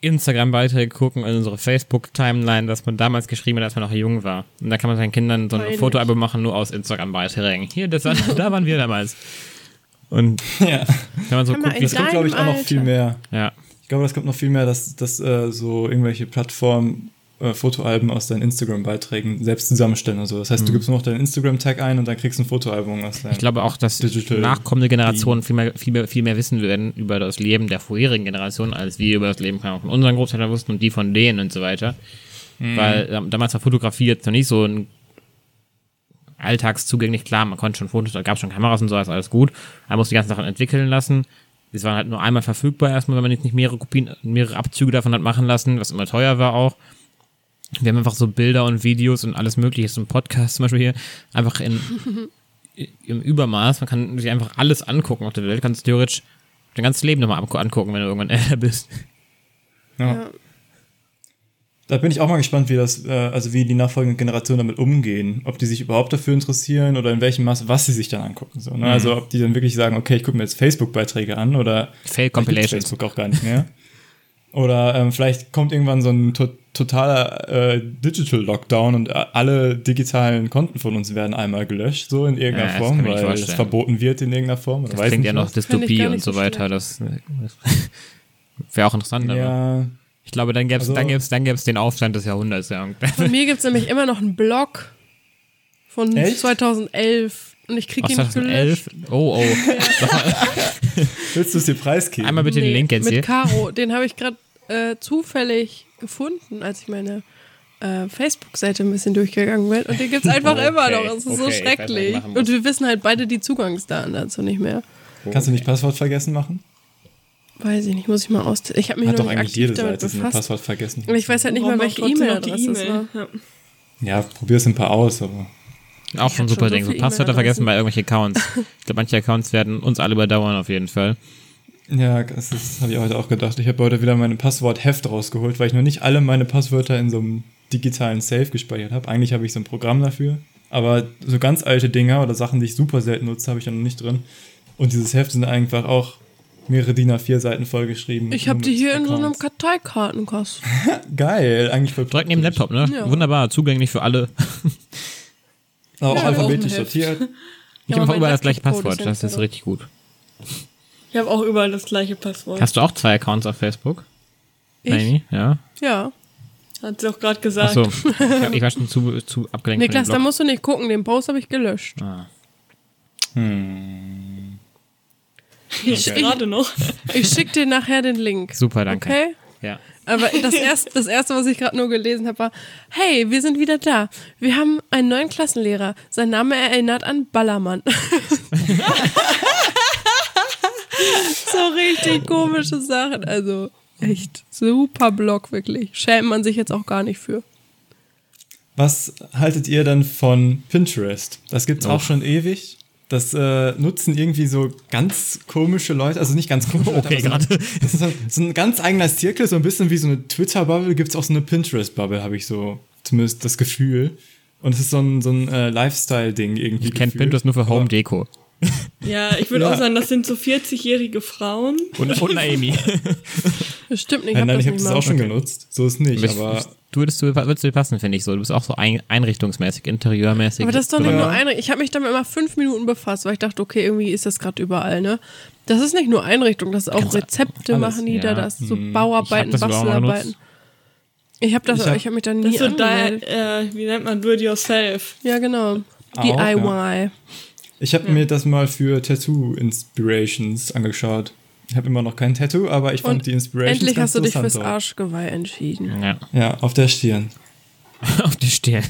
S4: Instagram-Beiträge gucken, in unsere Facebook-Timeline, was man damals geschrieben hat, als man noch jung war. Und da kann man seinen Kindern so ein
S1: Freilich.
S4: Fotoalbum machen, nur aus Instagram-Beiträgen. Hier, das war, da waren wir damals. Und
S2: Ja.
S4: wenn man so
S1: Kann man
S4: guckt, wie
S1: in
S4: es
S2: Das kommt, glaube ich, auch noch
S1: Alter.
S2: viel mehr.
S4: ja.
S2: Ich glaube, das kommt noch viel mehr, dass, dass äh, so irgendwelche Plattformen äh, Fotoalben aus deinen Instagram-Beiträgen selbst zusammenstellen und so. Das heißt, du gibst nur noch deinen Instagram-Tag ein und dann kriegst du ein Fotoalbum aus deinem.
S4: Mhm. Ich glaube auch, dass
S2: Digital
S4: nachkommende Generationen viel mehr, viel, mehr, viel mehr wissen werden über das Leben der vorherigen Generation, als wir über das Leben keine Ahnung, von unseren Großeltern wussten und die von denen und so weiter. Weil ähm, damals war Fotografie jetzt noch nicht so ein alltagszugänglich. Klar, man konnte schon Fotos, da gab es schon Kameras und so, ist alles gut. Man musste die ganzen Sachen entwickeln lassen. Es waren halt nur einmal verfügbar erstmal, wenn man jetzt nicht mehrere Kopien, mehrere Abzüge davon hat machen lassen, was immer teuer war auch. Wir haben einfach so Bilder und Videos und alles mögliche, so ein Podcast zum Beispiel hier, einfach in im Übermaß. Man kann sich einfach alles angucken auf der Welt. Kannst theoretisch dein ganzes Leben nochmal angu- angucken, wenn du irgendwann älter bist.
S2: Ja. Da bin ich auch mal gespannt, wie das, äh, also wie die nachfolgenden Generationen damit umgehen. Ob die sich überhaupt dafür interessieren oder in welchem Maß, was sie sich dann angucken. So, ne?
S4: Mhm.
S2: Also ob die dann wirklich sagen, okay, ich gucke mir jetzt Facebook-Beiträge an oder
S4: Fail
S2: Vielleicht gibt's
S4: Compilations.
S2: Facebook auch gar nicht mehr. Oder ähm, vielleicht kommt irgendwann so ein to totaler äh, Digital Lockdown und a- alle digitalen Konten von uns werden einmal gelöscht, so in irgendeiner
S4: Ja, das kann
S2: Form,
S4: ich mir
S2: weil
S4: vorstellen.
S2: es verboten wird in irgendeiner Form. Oder
S4: Das
S2: weiß
S4: klingt
S2: nicht
S4: ja noch
S2: was.
S1: Fände ich
S4: Dystopie
S1: gar
S4: und
S1: nicht
S4: so
S1: so
S4: weiter. Das wäre auch interessant, aber
S2: Ja,
S4: ich glaube, dann gäbe es
S2: Also-
S4: dann gäb's, dann gäb's den Aufstand des Jahrhunderts. Ja.
S1: Bei mir gibt es nämlich immer noch einen Blog von
S2: Echt?
S1: 2011 und ich kriege
S4: Aus
S1: ihn nicht gelöscht.
S4: 2011? Oh, oh.
S2: willst du es dir preisgeben?
S4: Einmal bitte den Link jetzt
S1: mit
S4: hier.
S1: Caro, den habe ich gerade äh, zufällig gefunden, als ich meine äh, Facebook-Seite ein bisschen durchgegangen bin. Und den gibt es einfach
S4: Okay,
S1: immer noch. Es ist so
S4: okay, ich weiß, was ich
S1: schrecklich.
S4: machen muss.
S1: Und wir wissen halt beide die Zugangsdaten dazu nicht mehr.
S2: Kannst du nicht Passwort vergessen machen?
S1: Weiß ich nicht, muss ich mal aus. Ich habe mich
S2: Hat
S1: noch
S2: doch
S1: nicht
S2: eigentlich
S1: aktiv
S2: jede
S1: damit
S2: Seite so ein
S1: befasst.
S2: Passwort vergessen.
S1: Und ich weiß halt nicht
S3: Brauchen
S1: mehr,
S3: wir
S1: welche
S3: auch trotzdem noch die
S1: E-Mail-Adresse es war.
S3: Ja.
S2: Ja, probier es ein paar aus, aber
S4: Auch schon super
S1: hab schon so
S4: Ding. So
S1: viele
S4: Passwörter
S1: E-Mail-Adressen.
S4: vergessen bei irgendwelchen Accounts. Ich glaube, manche Accounts werden uns alle überdauern auf jeden Fall.
S2: ja, das, das habe ich heute auch gedacht. Ich habe heute wieder mein Passwortheft rausgeholt, weil ich noch nicht alle meine Passwörter in so einem digitalen Safe gespeichert habe. Eigentlich habe ich so ein Programm dafür, aber so ganz alte Dinger oder Sachen, die ich super selten nutze, habe ich ja noch nicht drin. Und dieses Heft sind einfach auch mehrere DIN A4 Seiten vollgeschrieben.
S1: Ich habe
S2: Nur
S1: die
S2: mit
S1: hier in so einem
S2: Accounts.
S1: Karteikartenkasten.
S2: Geil, eigentlich voll
S4: Direkt neben dem
S2: praktisch.
S4: Laptop, ne?
S1: Ja.
S4: Wunderbar, zugänglich für alle.
S2: Aber auch
S1: Ja,
S2: alphabetisch
S1: auch ein Heft.
S2: sortiert.
S4: Ich
S1: aber
S4: habe
S1: mein
S4: überall das gleiche
S1: Laptop-Code
S4: Passwort.
S1: ist
S4: Das ist
S1: entweder-
S4: richtig gut.
S3: Ich habe auch überall das gleiche Passwort.
S4: Hast du auch zwei Accounts auf Facebook?
S1: Ich?
S4: Neini? Ja.
S1: Ja.
S3: Hat sie auch gerade gesagt.
S4: Achso, ich, hab- ich war schon zu, zu abgelenkt.
S1: Niklas,
S4: von
S1: da
S4: dem Blog.
S1: musst du nicht gucken. Den Post habe ich gelöscht.
S3: Ich gerade noch.
S1: Ich schicke dir nachher den Link.
S4: Super, danke.
S1: Okay?
S4: ja.
S1: Aber das erste, das erste was ich gerade nur gelesen habe, war, hey, wir sind wieder da. Wir haben einen neuen Klassenlehrer. Sein Name erinnert an Ballermann. so richtig komische Sachen. Also echt super Blog, wirklich. Schämt man sich jetzt auch gar nicht für.
S2: Was haltet ihr denn von Pinterest? Das gibt's auch schon ewig. Das äh, nutzen irgendwie so ganz komische Leute, also nicht ganz komische Leute,
S4: Okay,
S2: aber so,
S4: gerade.
S2: das ist so, so ein ganz eigener Zirkel, so ein bisschen wie so eine Twitter-Bubble, gibt's auch so eine Pinterest-Bubble, habe ich so zumindest das Gefühl. Und es ist so ein, so ein äh, Lifestyle-Ding irgendwie.
S4: Ich kenne
S2: gefühlt.
S4: Pinterest nur für Home Deko.
S3: Ja, ich würde
S2: Ja.
S3: auch sagen, das sind so 40-jährige Frauen.
S4: Und, und Naomi.
S1: Das stimmt nicht.
S2: Nein, nein, ich habe
S1: nicht
S2: das
S1: mal.
S2: auch schon genutzt. So ist nicht, aber
S4: Du würdest, du würdest dir passen, finde ich so. Du bist auch so ein, einrichtungsmäßig, interieurmäßig.
S1: Aber das ist doch nicht
S2: Ja.
S1: nur eine. Ich habe mich damit immer fünf Minuten befasst, weil ich dachte, okay, irgendwie ist das gerade überall, ne? Das ist nicht nur Einrichtung, das ist auch
S4: Kannst du
S1: Rezepte
S2: alles,
S1: machen die
S4: ja.
S1: da, das
S2: Hm.
S1: ist so
S4: Ich hab
S1: Bauarbeiten,
S4: das überhaupt mal
S1: Bastelarbeiten.
S4: genutzt.
S1: Ich habe das,
S2: Ich
S1: ich
S2: hab-
S1: habe hab mich da
S3: Das
S1: nie
S3: ist so da,
S1: angemeldet.
S3: äh, wie nennt man Do It Yourself?
S1: Ja, genau.
S2: Auch,
S1: DIY.
S2: Ich habe mir das mal für Tattoo-Inspirations angeschaut. Ich habe immer noch kein Tattoo, aber ich fand
S1: Und
S2: die Inspirations
S1: Endlich
S2: ganz
S1: hast du dich
S2: interessant
S1: fürs
S2: auch.
S1: Arschgeweih entschieden.
S4: Ja,
S2: Ja, auf der Stirn.
S4: auf die Stirn.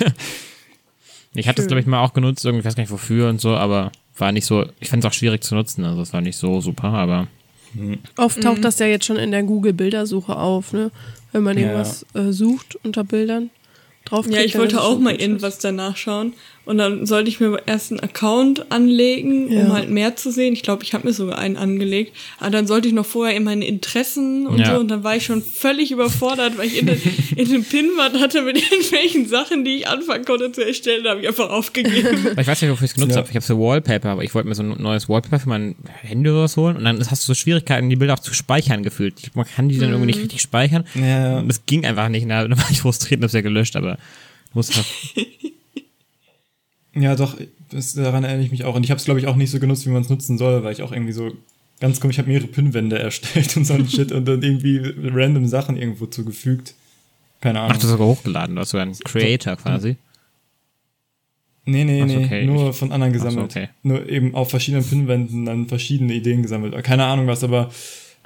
S4: Ich hatte das,
S1: Schön.
S4: glaube ich, mal auch genutzt, irgendwie, ich weiß gar nicht wofür und so, aber war nicht so, ich fand es auch schwierig zu nutzen, also es war nicht so super, aber
S1: Oft taucht das ja jetzt schon in der Google-Bildersuche auf, ne? Wenn man
S2: Ja.
S1: irgendwas äh, sucht unter Bildern. Drauf
S3: Ja, ich wollte auch mal irgendwas danach schauen. Und dann sollte ich mir erst einen Account anlegen, um
S1: Ja.
S3: halt mehr zu sehen. Ich glaube, ich habe mir sogar einen angelegt. Aber dann sollte ich noch vorher in meine Interessen und
S4: Ja.
S3: so. Und dann war ich schon völlig überfordert, weil ich in, den, in den Pinwand hatte mit irgendwelchen Sachen, die ich anfangen konnte zu erstellen. Da habe ich einfach aufgegeben.
S4: Weil Ich weiß nicht, wofür ich es genutzt
S2: Ja.
S4: habe. Ich habe so Wallpaper, aber ich wollte mir so ein neues Wallpaper für mein Handy oder was holen und dann hast du so Schwierigkeiten, die Bilder auch zu speichern gefühlt. Man kann die dann irgendwie nicht richtig speichern.
S2: Ja.
S4: Und das ging einfach nicht. Na, Dann war ich frustriert und hab's ja gelöscht, aber muss halt
S2: Ja, doch, das, daran erinnere ich mich auch. Und ich habe es, glaube ich, auch nicht so genutzt, wie man es nutzen soll, weil ich auch irgendwie so ganz komisch, ich habe mehrere Pinwände erstellt und so ein Shit und dann irgendwie random Sachen irgendwo zugefügt. Keine Ahnung.
S4: Ach, du hast sogar hochgeladen, du hast sogar einen Creator quasi.
S2: nee, nee,
S4: Ach so,
S2: nee,
S4: okay,
S2: nur
S4: ich-
S2: von anderen gesammelt.
S4: okay.
S2: Nur eben auf verschiedenen Pinwänden dann verschiedene Ideen gesammelt. Keine Ahnung was, aber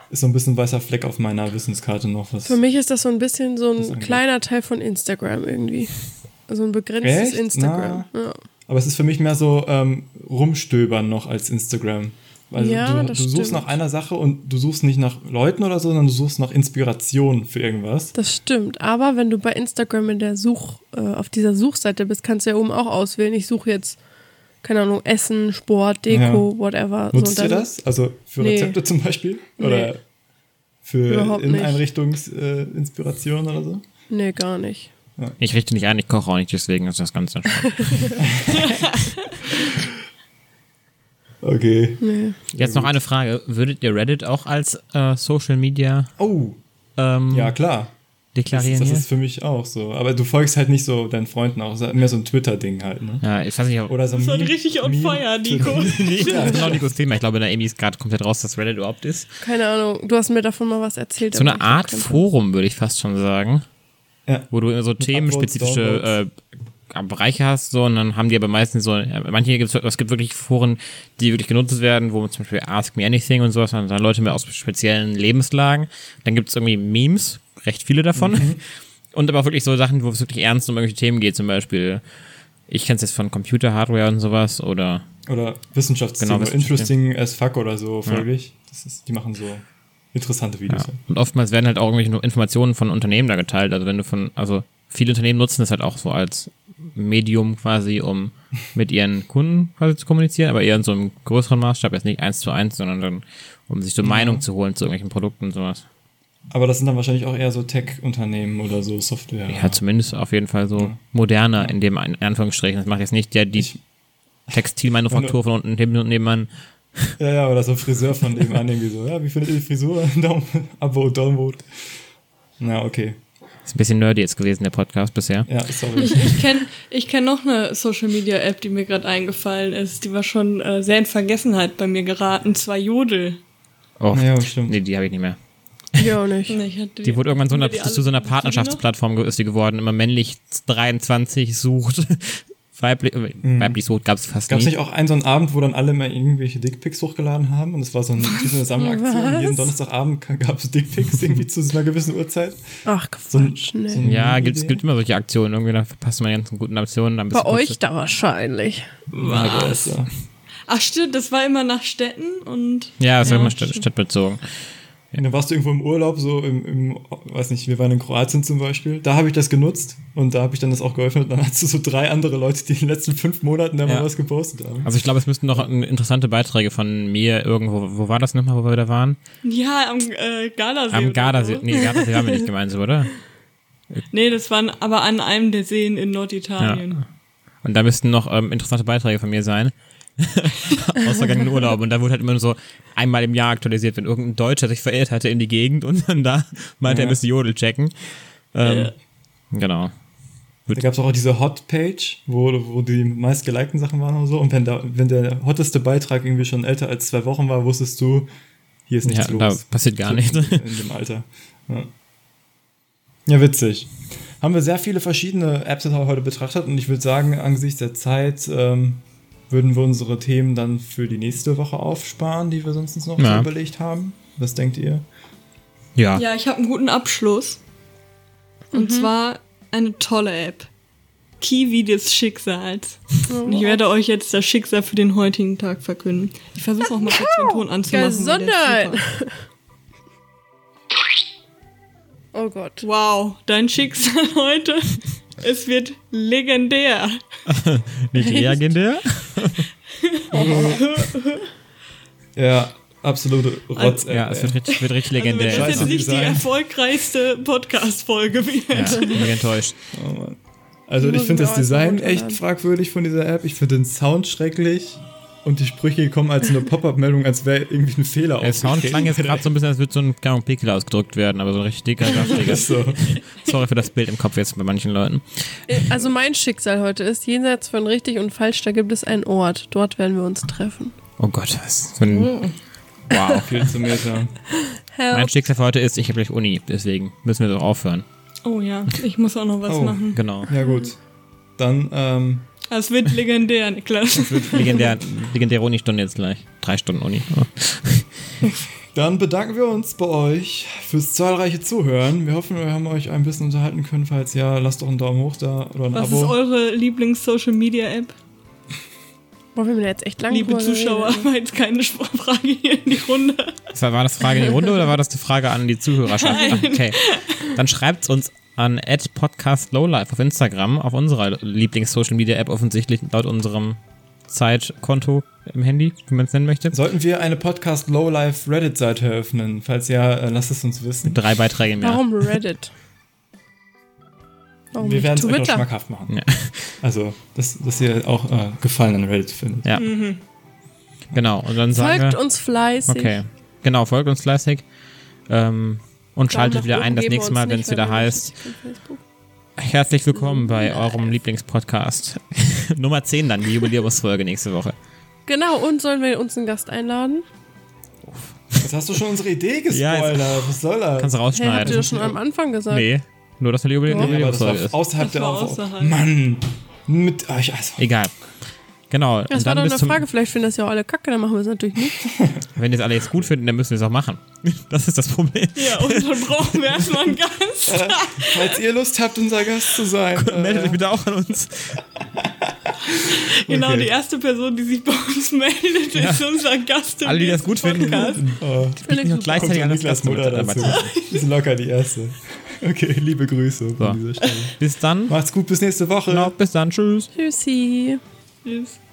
S2: ist so ein bisschen weißer Fleck auf meiner Wissenskarte noch was.
S1: Für mich ist das so ein bisschen so
S2: Das
S1: ein
S2: angeht.
S1: kleiner Teil von Instagram irgendwie. So ein begrenztes
S2: Echt?
S1: Instagram. Ja.
S2: Aber es ist für mich mehr so ähm, rumstöbern noch als Instagram. Weil
S1: Ja,
S2: du, du
S1: das
S2: suchst
S1: stimmt.
S2: nach einer Sache und du suchst nicht nach Leuten oder so, sondern du suchst nach Inspiration für irgendwas.
S1: Das stimmt. Aber wenn du bei Instagram in der Such, äh, auf dieser Suchseite bist, kannst du ja oben auch auswählen. Ich suche jetzt, keine Ahnung, Essen, Sport, Deko, whatever. So,
S2: Nutzt
S1: und
S2: ihr
S1: dann-
S2: das? Also für
S1: Nee.
S2: Rezepte zum Beispiel? Oder
S1: Nee.
S2: für
S1: Überhaupt nicht.
S2: Inneneinrichtungsinspiration äh, Inspiration oder so?
S1: Nee, gar nicht.
S4: Ich richte nicht ein, ich koche auch nicht, deswegen ist das ganz entspannt.
S2: Okay.
S1: Nee.
S4: Jetzt noch eine Frage. Würdet ihr Reddit auch als äh, Social Media
S2: Oh,
S4: ähm,
S2: ja klar. Das,
S4: deklarieren?
S2: ist- das
S4: hier?
S2: ist für mich auch so. Aber du folgst halt nicht so deinen Freunden auch, mehr so ein Twitter-Ding halt, ne?
S4: ja, ich weiß nicht, ob
S2: Oder so ein
S3: Das war
S2: Meme-
S3: richtig on
S2: Meme-
S3: fire, Nico.
S4: Ja, das ist genau Nikos Thema. Ich glaube, der Amy ist gerade komplett raus, dass Reddit überhaupt ist.
S1: Keine Ahnung. Du hast mir davon mal was erzählt.
S4: So
S1: aber
S4: eine
S1: ich hab
S4: Art
S1: keinen-
S4: Forum, würde ich fast schon sagen.
S2: Ja.
S4: Wo du immer so themenspezifische äh, Bereiche hast, so, und dann haben die aber meistens so, ja, manche gibt es gibt wirklich Foren, die wirklich genutzt werden, wo zum Beispiel Ask Me Anything und sowas, und dann Leute mehr aus speziellen Lebenslagen. Dann gibt es irgendwie Memes, recht viele davon. Und aber auch wirklich so Sachen, wo es wirklich ernst um irgendwelche Themen geht, zum Beispiel. Ich kenne es jetzt von Computer-Hardware und sowas, oder
S2: Oder Wissenschaftsthema.
S4: Genau, Wissenschaft-
S2: Interesting as fuck oder so, folge ich. Das ist, die machen so interessante Videos.
S4: Ja. Und oftmals werden halt auch irgendwelche nur Informationen von Unternehmen da geteilt. Also wenn du von, also viele Unternehmen nutzen das halt auch so als Medium quasi, um mit ihren Kunden quasi zu kommunizieren, aber eher in so einem größeren Maßstab, jetzt nicht eins zu eins, sondern dann, um sich so Meinung zu holen zu irgendwelchen Produkten und sowas.
S2: Aber das sind dann wahrscheinlich auch eher so Tech-Unternehmen oder so Software.
S4: Ja, zumindest auf jeden Fall so moderner in dem Ein- in Anführungsstrichen. Das macht jetzt nicht der die
S2: Ich-
S4: Textilmanufaktur von unten neben- nebenan.
S2: Ja, ja, oder so Friseur von dem an, irgendwie so. Ja, wie findet ihr die Frisur? Daumen, Abo, Downvote. Na, okay.
S4: Ist ein bisschen nerdy jetzt gewesen, der Podcast bisher.
S2: Ja, sorry.
S3: Ich kenne ich kenn noch eine Social Media App, die mir gerade eingefallen ist. Die war schon äh, sehr in Vergessenheit bei mir geraten. Zwar Jodel.
S4: Oh,
S2: Ja, stimmt.
S4: nee, die habe ich nicht mehr.
S1: Ich auch nicht.
S3: Nee, ich hatte
S4: Die wurde irgendwann so einer,
S3: die
S4: zu so
S3: alle- kennt
S4: einer
S3: ihr die noch?
S4: Partnerschaftsplattform ge- ist die geworden. Immer männlich 23 sucht, weiblich, äh, weiblich sucht gab es fast
S2: Gab es
S4: nie.
S2: Mhm. nicht auch einen so einen Abend, wo dann alle mal irgendwelche Dickpics hochgeladen haben? Und es war so eine, so eine Sammelaktion.
S1: Was?
S2: Jeden Donnerstagabend gab es Dickpics irgendwie zu einer gewissen Uhrzeit.
S1: Ach,
S2: So ein-
S1: Quatsch, nee.
S2: so ein-
S4: ja,
S2: Idee.
S4: gibt es gibt immer solche Aktionen. Irgendwie da verpasst man die ganzen guten Aktionen. Dann bist
S1: Bei
S4: du kurz-
S1: euch da wahrscheinlich.
S2: Was? Ja,
S3: Ach stimmt, das war immer nach Städten und
S4: Ja, ist
S3: Ja,
S4: immer stadt,
S3: stimmt.
S4: stadtbezogen.
S2: Und dann warst du irgendwo im Urlaub, so im, im, weiß nicht, wir waren in Kroatien zum Beispiel. Da habe ich das genutzt und da habe ich dann das auch geöffnet. Und dann hast du so drei andere Leute, die in den letzten fünf Monaten da
S4: Ja.
S2: mal was gepostet haben.
S4: Also ich glaube, es müssten noch äh, interessante Beiträge von mir irgendwo. Wo war das nochmal, wo wir da waren?
S3: ja, am äh, Gardasee.
S4: Am
S3: oder
S4: Gardasee.
S3: so.
S4: Nee, Gardasee waren wir nicht gemeinsam, oder?
S3: Nee, das waren aber an einem der Seen in Norditalien.
S4: Und da müssten noch ähm, interessante Beiträge von mir sein. Aus vergangenen Urlaub. Und da wurde halt immer nur so einmal im Jahr aktualisiert, wenn irgendein Deutscher sich verirrt hatte in die Gegend und dann da meinte, er
S2: Ja.
S4: müsste Jodel checken. Ähm, Genau.
S2: Da gab es auch diese Hot-Page, wo, wo die meistgelikten Sachen waren und so. Und wenn, da, wenn der hotteste Beitrag irgendwie schon älter als zwei Wochen war, wusstest du, hier ist
S4: Ja,
S2: nichts
S4: da
S2: los.
S4: passiert gar nichts.
S2: In dem Alter. Ja. ja, witzig. Haben wir sehr viele verschiedene Apps heute betrachtet und ich würde sagen, angesichts der Zeit ähm, würden wir unsere Themen dann für die nächste Woche aufsparen, die wir sonst uns noch
S4: Ja.
S2: so überlegt haben. Was denkt ihr?
S4: Ja.
S3: Ja, ich habe einen guten Abschluss. Und zwar eine tolle App. Kiwi des Schicksals. Und ich werde euch jetzt das Schicksal für den heutigen Tag verkünden. Ich versuche auch mal kurz den Ton anzumachen. weil der ist
S1: Gesundheit.
S3: super.
S1: Oh Gott. Oh
S3: Wow, dein Schicksal heute Es wird legendär.
S4: Nicht legendär?
S2: Ja, absolute Rotz.
S4: Ja, es wird richtig, wird richtig
S3: Also wenn
S4: legendär.
S3: das
S2: Scheiße,
S3: jetzt
S2: wie
S3: nicht die
S2: sein.
S3: erfolgreichste Podcast-Folge wird.
S4: ja, ich bin enttäuscht.
S2: Also ich
S1: Muss
S2: finde
S1: ich
S2: das
S1: auch erst mal
S2: Design echt
S1: runterladen.
S2: fragwürdig von dieser App. Ich finde den Sound schrecklich. Und die Sprüche kommen als eine Pop-Up-Meldung, als wäre irgendwie ein Fehler
S4: Der Sound klang jetzt gerade so ein bisschen, als würde so ein keine Ahnung, Pickel ausgedrückt werden, aber so ein richtig dicker, saftiger.
S2: so.
S4: Sorry für das Bild im Kopf jetzt bei manchen Leuten.
S1: Äh, Also mein Schicksal heute ist, jenseits von richtig und falsch, da gibt es einen Ort. Dort werden wir uns treffen.
S4: Oh Gott, das ist so ein. Wow.
S2: Viel zu meter.
S4: Mein
S1: Help.
S4: Schicksal für heute ist, ich habe gleich Uni, deswegen müssen wir doch aufhören.
S3: Oh ja, ich muss auch noch was
S2: Oh.
S3: machen.
S4: Genau.
S2: Ja gut. Dann, ähm,
S3: Es wird legendär, Niklas.
S4: Legendär, legendäre Uni-Stunde jetzt gleich. Drei Stunden Uni. Oh.
S2: dann bedanken wir uns bei euch fürs zahlreiche Zuhören. Wir hoffen, wir haben euch ein bisschen unterhalten können. Falls ja, lasst doch einen Daumen hoch da oder ein
S3: Was ist
S2: Abo.
S3: eure Lieblings-Social-Media-App?
S1: Boah, wir haben da jetzt echt lange
S3: Liebe
S1: drüber geredet.
S3: Zuschauer, war jetzt keine Sp- Frage hier in die Runde.
S4: Das war war das Frage in die Runde oder war das die Frage an die Zuhörerschaft? Okay. Dann schreibt's uns an @podcastlowlife auf Instagram, auf unserer Lieblings-Social-Media-App offensichtlich laut unserem Zeitkonto im Handy, wie man es nennen möchte.
S2: Sollten wir eine Podcast Lowlife Reddit-Seite eröffnen? Falls ja, äh, lasst es uns wissen.
S4: Drei Beiträge im Jahr.
S1: Warum Reddit? Warum
S2: Wir
S1: nicht
S2: werden es euch noch
S1: Twitter?
S2: schmackhaft machen.
S4: Ja.
S2: Also, dass, dass ihr auch äh, Gefallen an Reddit findet.
S4: Ja. Genau. Und dann sagen
S1: Folgt
S4: wir,
S1: uns fleißig.
S4: Okay. Genau, folgt uns fleißig. Ähm, und
S1: Daumen nach
S4: schaltet wieder
S1: oben
S4: ein das
S1: geben wir
S4: nächste
S1: uns
S4: Mal, wenn
S1: nicht,
S4: es wieder
S1: weil wir Mhm.
S4: heißt.
S1: nicht auf Facebook-
S4: Herzlich willkommen bei eurem Lieblingspodcast. Nummer 10 dann, die Jubiläumsfolge nächste Woche.
S1: Genau, und sollen wir uns einen Gast einladen?
S2: Jetzt hast du schon unsere Idee gespoilert. Was soll das?
S4: Kannst du
S1: Hey, habt ihr
S4: rausschneiden.
S1: das schon am Anfang gesagt?
S4: Nee, nur dass eine Jubilä
S1: Ja, aber
S2: Nee, aber das
S4: Jubiläumsfolge
S2: war
S4: ist.
S2: außerhalb
S3: Das
S2: der
S4: Genau
S3: war
S2: Aufruf.
S3: außerhalb.
S2: Mann. Mit euch. Also,
S4: Egal. Genau.
S1: Das
S4: und dann
S1: war doch
S4: bis
S1: eine
S4: zum,
S1: Frage, vielleicht finden das ja auch alle kacke, dann machen wir es natürlich nicht.
S4: Wenn ihr es alle jetzt gut finden, dann müssen wir es auch machen. Das ist das Problem.
S3: Ja, und dann brauchen wir erstmal einen Gast.
S2: falls ihr Lust habt, unser Gast zu sein.
S4: Meldet euch
S2: äh,
S4: bitte auch an uns.
S3: Genau,
S2: Okay.
S3: die erste Person, die sich bei uns meldet, ist unser Gast. im
S4: Alle, die das gut finden.
S3: Podcast.
S2: oh,
S1: Finde ich
S4: Noch
S1: super.
S2: kommt
S4: gleichzeitig an das
S2: Niklas
S4: Gast mit
S2: Mutter
S4: dabei.
S2: dazu. Ist locker die erste. Okay, liebe Grüße
S4: So.
S2: von dieser Stelle.
S4: Bis dann.
S2: Macht's gut, bis nächste Woche.
S4: Genau, bis dann. Tschüss.
S1: Tschüssi.
S3: Tschüss.